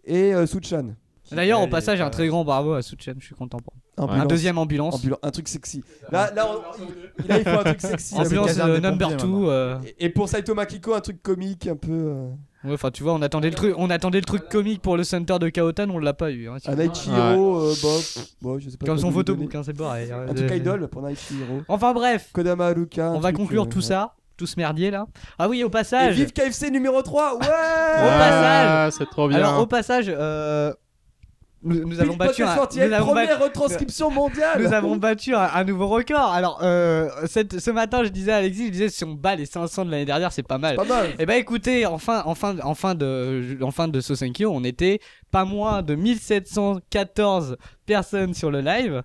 S6: et euh, Suchan.
S2: D'ailleurs, au
S8: elle est,
S2: passage,
S8: euh,
S2: un très grand bravo à Suchem, je suis content pour lui. Un
S6: Ambulance.
S2: deuxième ambulance.
S6: Ambulance, un truc sexy. Là, là, on- il- là, il faut un truc sexy. avec
S2: Ambulance
S8: caserne
S2: euh,
S8: des
S2: number
S8: pompiers,
S2: 2.
S8: maintenant.
S2: euh,
S6: Et- Et pour Saito Makiko, un truc comique un peu. euh,
S2: ouais, Enfin, tu vois, on attendait le truc, on attendait le truc comique pour le center de Kaotan, on l'a pas eu. hein.
S6: Un Aichiro, euh, bah, pff, bon, je sais pas.
S2: Comme
S6: quoi
S2: son
S6: lui
S2: photobook,
S6: donner.
S2: hein, c'est pareil. hein.
S6: Un truc idole pour un Aichiro.
S2: Enfin bref,
S6: Kodama Haruka. un
S2: on va
S6: truc,
S2: conclure
S6: euh,
S2: tout
S6: ouais.
S2: ça, tout ce merdier là. Ah oui, au
S6: Et
S2: passage.
S6: vive KFC numéro 3, ouais
S2: passage.
S4: Ah, c'est trop bien.
S2: Alors au passage, euh, nous, nous
S6: Pile
S2: avons battu
S6: podcast
S2: un-
S6: sorti,
S2: nous
S6: la
S2: avons
S6: première
S2: battu-
S6: retranscription mondiale.
S2: Nous avons battu un, un nouveau record. Alors, euh, cette- ce matin, je disais à Alexis, je disais si on bat les 500 de l'année dernière, c'est pas mal.
S6: C'est pas mal.
S2: Et bah écoutez, en fin, en fin, en fin de, en fin de Sosenkyo, on était pas moins de 1714 personnes sur le live,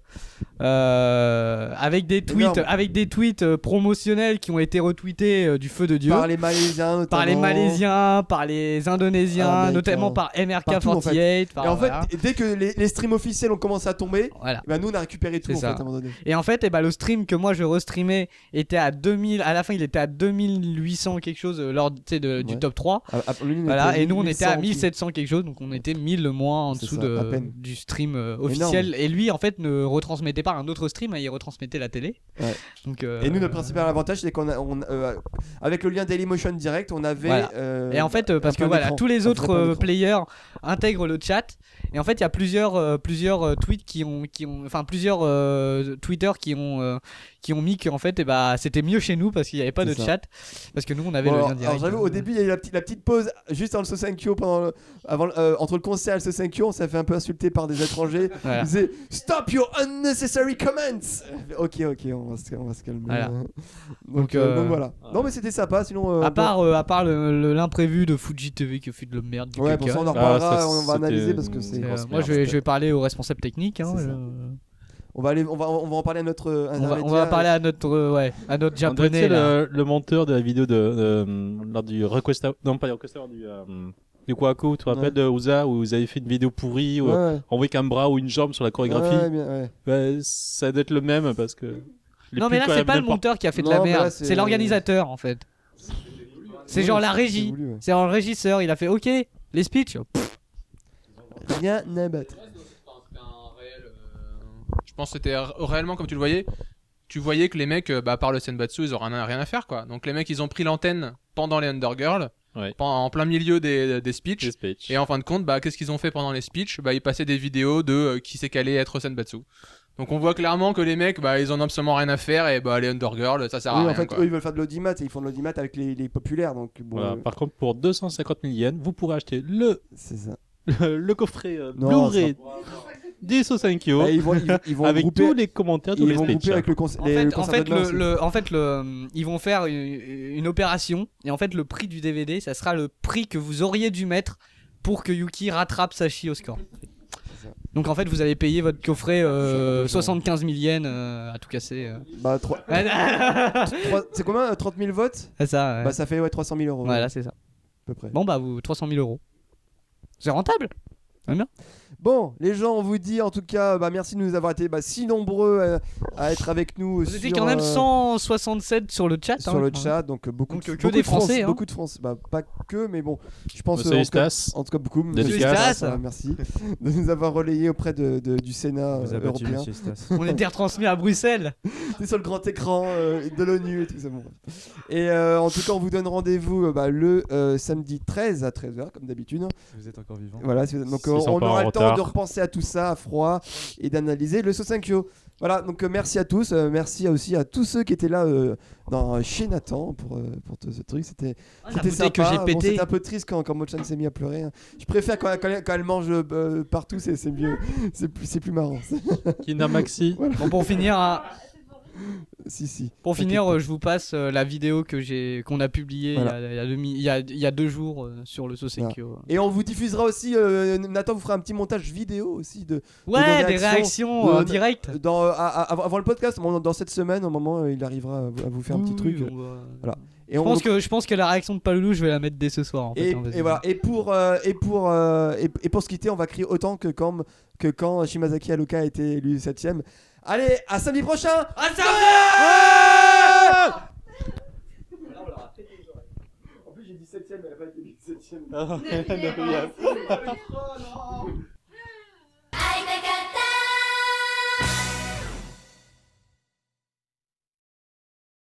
S2: euh, avec des tweets,
S6: Énorme.
S2: avec des tweets euh, promotionnels qui ont été retweetés euh, du feu de dieu
S6: Par les Malaisiens,
S2: par les
S6: notamment.
S2: Malaisiens, par les Indonésiens,
S6: Américains.
S2: notamment par MRK48.
S6: Ah, Partout, en fait.
S2: par-
S6: Et en fait,
S2: voilà.
S6: dès que les, les streams officiels ont commencé à tomber,
S2: Voilà.
S6: eh ben, nous on a récupéré tout
S2: C'est
S6: en fait,
S2: ça.
S6: à un moment donné.
S2: Et en fait, eh ben, le stream que moi je restreamais était à 2000. À la fin, il était à 2800 quelque chose euh, lors tu sais, de- du
S6: Ouais.
S2: top 3.
S6: À- à- lui, il
S2: voilà.
S6: était
S2: Et Ah, nous, on était à
S6: 1100,
S2: 1700 quelque chose. Donc, on était 1000 le moins en
S6: C'est
S2: dessous
S6: ça,
S2: de-
S6: à peine.
S2: du stream euh,
S6: Énorme.
S2: officiel. Et lui, en fait, ne retransmettait pas un autre stream. hein, il retransmettait la télé.
S6: Ouais.
S2: Donc, euh,
S6: Et nous, notre principal avantage, c'est qu'on a, on, euh, avec le lien Dailymotion direct, on avait.
S2: Voilà.
S6: euh,
S2: et en fait, euh, parce
S6: un
S2: que
S6: plan
S2: voilà,
S6: d'écran.
S2: tous les
S6: Un
S2: autres
S6: vrai plan
S2: euh,
S6: d'écran.
S2: players intègrent le chat. Et en fait, il y a plusieurs, euh, plusieurs euh, tweets qui ont, qui ont, enfin plusieurs euh, Twitter qui ont, euh, qui ont mis que en fait, eh ben, c'était mieux chez nous parce qu'il n'y avait pas de
S6: C'est ça.
S2: chat, parce que nous, on avait
S6: Bon,
S2: le
S6: alors,
S2: lien direct.
S6: alors, j'avoue, au début, il y a eu la petite, la petite pause juste avant le Sosenkyo, pendant le- avant, le- euh, entre le concert et le Sosenkyo, on s'est fait un peu insulter par des étrangers.
S2: Voilà.
S6: Ils disaient Stop your unnecessary comments Ok, ok, on va se, on va se calmer.
S2: Voilà.
S6: Donc,
S2: Donc,
S6: euh,
S2: euh,
S6: donc voilà. Non, mais c'était sympa, sinon. euh,
S2: à
S6: bon.
S2: part, euh, à part le- le- l'imprévu de Fuji TV qui fut de la merde. du
S6: Ouais,
S2: caca.
S6: bon, ça, on en reparlera, Ah, ça, on va analyser c'était parce que c'est une
S2: Euh,
S6: grosse
S2: moi, je
S6: merde.
S2: vais, je vais parler au responsable technique. hein,
S6: C'est ça.
S2: euh,
S6: On va, aller, on, va, on va en parler à notre. euh,
S2: on, va, on va
S6: intermédiaire.
S2: parler à notre, euh, ouais, à notre
S4: On dirait, tu sais,
S2: japonais. là.
S4: le, le monteur de la vidéo de, de- lors du Request Hour- non pas du Request Hour, du euh, du Kwaku, tu te rappelles de Ouza où vous avez fait une vidéo pourrie où
S6: Ouais,
S4: euh,
S6: ouais.
S4: on voit qu'un bras ou une jambe sur la chorégraphie.
S6: Ouais, bien, ouais.
S4: Bah, ça doit être le même parce que les
S2: Non, mais là,
S4: pubs, quand
S2: c'est
S4: même,
S2: pas le
S4: n'importe-
S2: monteur qui a fait de la
S4: Non, mais là,
S2: merde,
S4: c'est-
S2: c'est l'organisateur en fait. C'est
S6: Ouais,
S2: genre la
S6: c'est
S2: régie,
S6: voulu, ouais.
S2: c'est un régisseur, il a fait OK, les speeches. pff,
S6: Rien à battre.
S5: Je pense que c'était r- réellement comme tu le voyais. Tu voyais que les mecs, euh, bah, par le Senbatsu, ils auraient rien rien à faire, quoi. Donc les mecs, ils ont pris l'antenne pendant les Undergirls,
S4: Ouais.
S5: pen- en plein milieu des, des speeches.
S4: Des speeches.
S5: Et en fin de compte, bah, qu'est-ce qu'ils ont fait pendant les speeches Bah, ils passaient des vidéos de euh, qui c'est qu'allait être Senbatsu. Donc on voit clairement que les mecs, bah, ils en ont absolument rien à faire et bah, les Undergirls, ça sert à
S6: Oui,
S5: rien.
S6: en fait,
S5: quoi.
S6: eux, ils veulent faire de l'audimat et ils font de l'audimat avec les, les populaires. Donc, bon,
S4: Voilà.
S6: euh,
S4: Par contre, pour 250 000 yens, vous pourrez acheter le le, le coffret euh,
S6: Non,
S4: Blu-ray des Sosankyo
S6: Bah, ils vont- ils vont- ils vont
S4: avec
S6: grouper-
S4: tous les commentaires, tous
S6: ils
S4: les
S6: vont
S4: speeches. hein.
S6: grouper avec le conse-
S2: En
S6: les-
S2: fait,
S6: le
S2: en
S6: concert
S2: fait,
S6: de demain
S2: le,
S6: aussi.
S2: le- en fait le, ils vont faire une, une opération et en fait le prix du DVD, ça sera le prix que vous auriez dû mettre pour que Yuki rattrape Sashi au score. Donc en fait, vous allez payer votre coffret euh, 75 000 yens euh, à tout casser. euh.
S6: Bah, trois-
S2: Ouais,
S6: Trois- c'est combien euh, 30 000 votes
S2: C'est ça, Ah. ouais.
S6: Bah, ça fait ouais, 300 000 euros.
S2: Voilà, c'est ça.
S6: peu près.
S2: Bon bah vous 300 000 euros. C'est rentable. Très bien.
S6: Bon, les gens, on vous dit en tout cas, bah, merci de nous avoir été bah, si nombreux euh, à être avec nous.
S2: Vous étiez
S6: sur,
S2: quand même
S6: euh,
S2: 167 sur le chat.
S6: sur
S2: hein.
S6: le chat, donc euh, beaucoup,
S2: Donc,
S6: de,
S2: euh, que
S6: beaucoup
S2: des
S6: de France,
S2: Français, hein.
S6: beaucoup de France, bah pas que, mais bon, je pense. euh,
S4: Monsieur
S6: en, tout cas,
S4: Eustace.
S6: en tout cas, beaucoup.
S4: Monsieur
S6: Monsieur
S4: Eustace.
S6: Eustace, euh, merci de nous avoir relayé auprès de, de- du Sénat
S8: Vous
S6: euh,
S8: avez battu,
S6: européen.
S8: monsieur Eustace.
S2: On était retransmis à Bruxelles.
S6: C'est sur le grand écran euh, de l'ONU et tout ça. bon. Et euh, en tout cas, on vous donne rendez-vous euh, bah, le euh, samedi 13 à 13h, comme d'habitude.
S8: Vous êtes encore vivant.
S6: Voilà, si vous êtes- donc
S8: S'ils
S6: euh,
S8: sont
S6: on
S8: pas en
S6: aura le temps
S8: retard.
S6: de repenser à tout ça à froid et d'analyser le Sosenkyo. Voilà, donc euh, merci à tous. euh, merci aussi à tous ceux qui étaient là euh, dans, chez Nathan pour, euh, pour tout ce truc. C'était
S2: Ah, la
S6: c'était
S2: bouteille que j'ai
S6: Bon,
S2: pétée.
S6: c'était un peu triste quand, quand Mochan s'est mis à pleurer. hein. Je préfère quand, quand elle- quand elle mange euh, partout, c'est c'est mieux. C'est plus, c'est plus marrant.
S4: Kinder Maxi.
S2: Bon, pour finir, hein,
S6: si, si.
S2: pour finir, euh, je vous passe euh, la vidéo que j'ai, qu'on a publiée il y a-
S6: Voilà.
S2: il y, a demi- il y a- il y a deux jours euh, sur le Sosekyo.
S6: Et on vous diffusera aussi, euh, Nathan vous fera un petit montage vidéo aussi de. de
S2: Ouais,
S6: nos
S2: des réactions, euh, en
S6: de-
S2: direct.
S6: Dans, euh, à- à- avant, avant le podcast, bon, dans cette semaine, au moment euh, il arrivera à vous- à vous faire un petit
S2: Oui,
S6: truc.
S2: on va-
S6: Voilà. Et
S2: je,
S6: on-
S2: pense que, je pense que la réaction de Paloulou, je vais la mettre dès ce soir. En fait,
S6: Et,
S2: hein, parce
S6: et
S2: que-
S6: voilà. Et pour euh, et pour euh, et, et pour se quitter, on va crier autant que quand que quand Shimazaki Haruka a été élu septième. Allez, à samedi prochain.
S2: À
S6: samedi.
S3: En plus, j'ai dit 7ème, elle a pas été 17ème.
S4: Ah, ouais, non, il y a-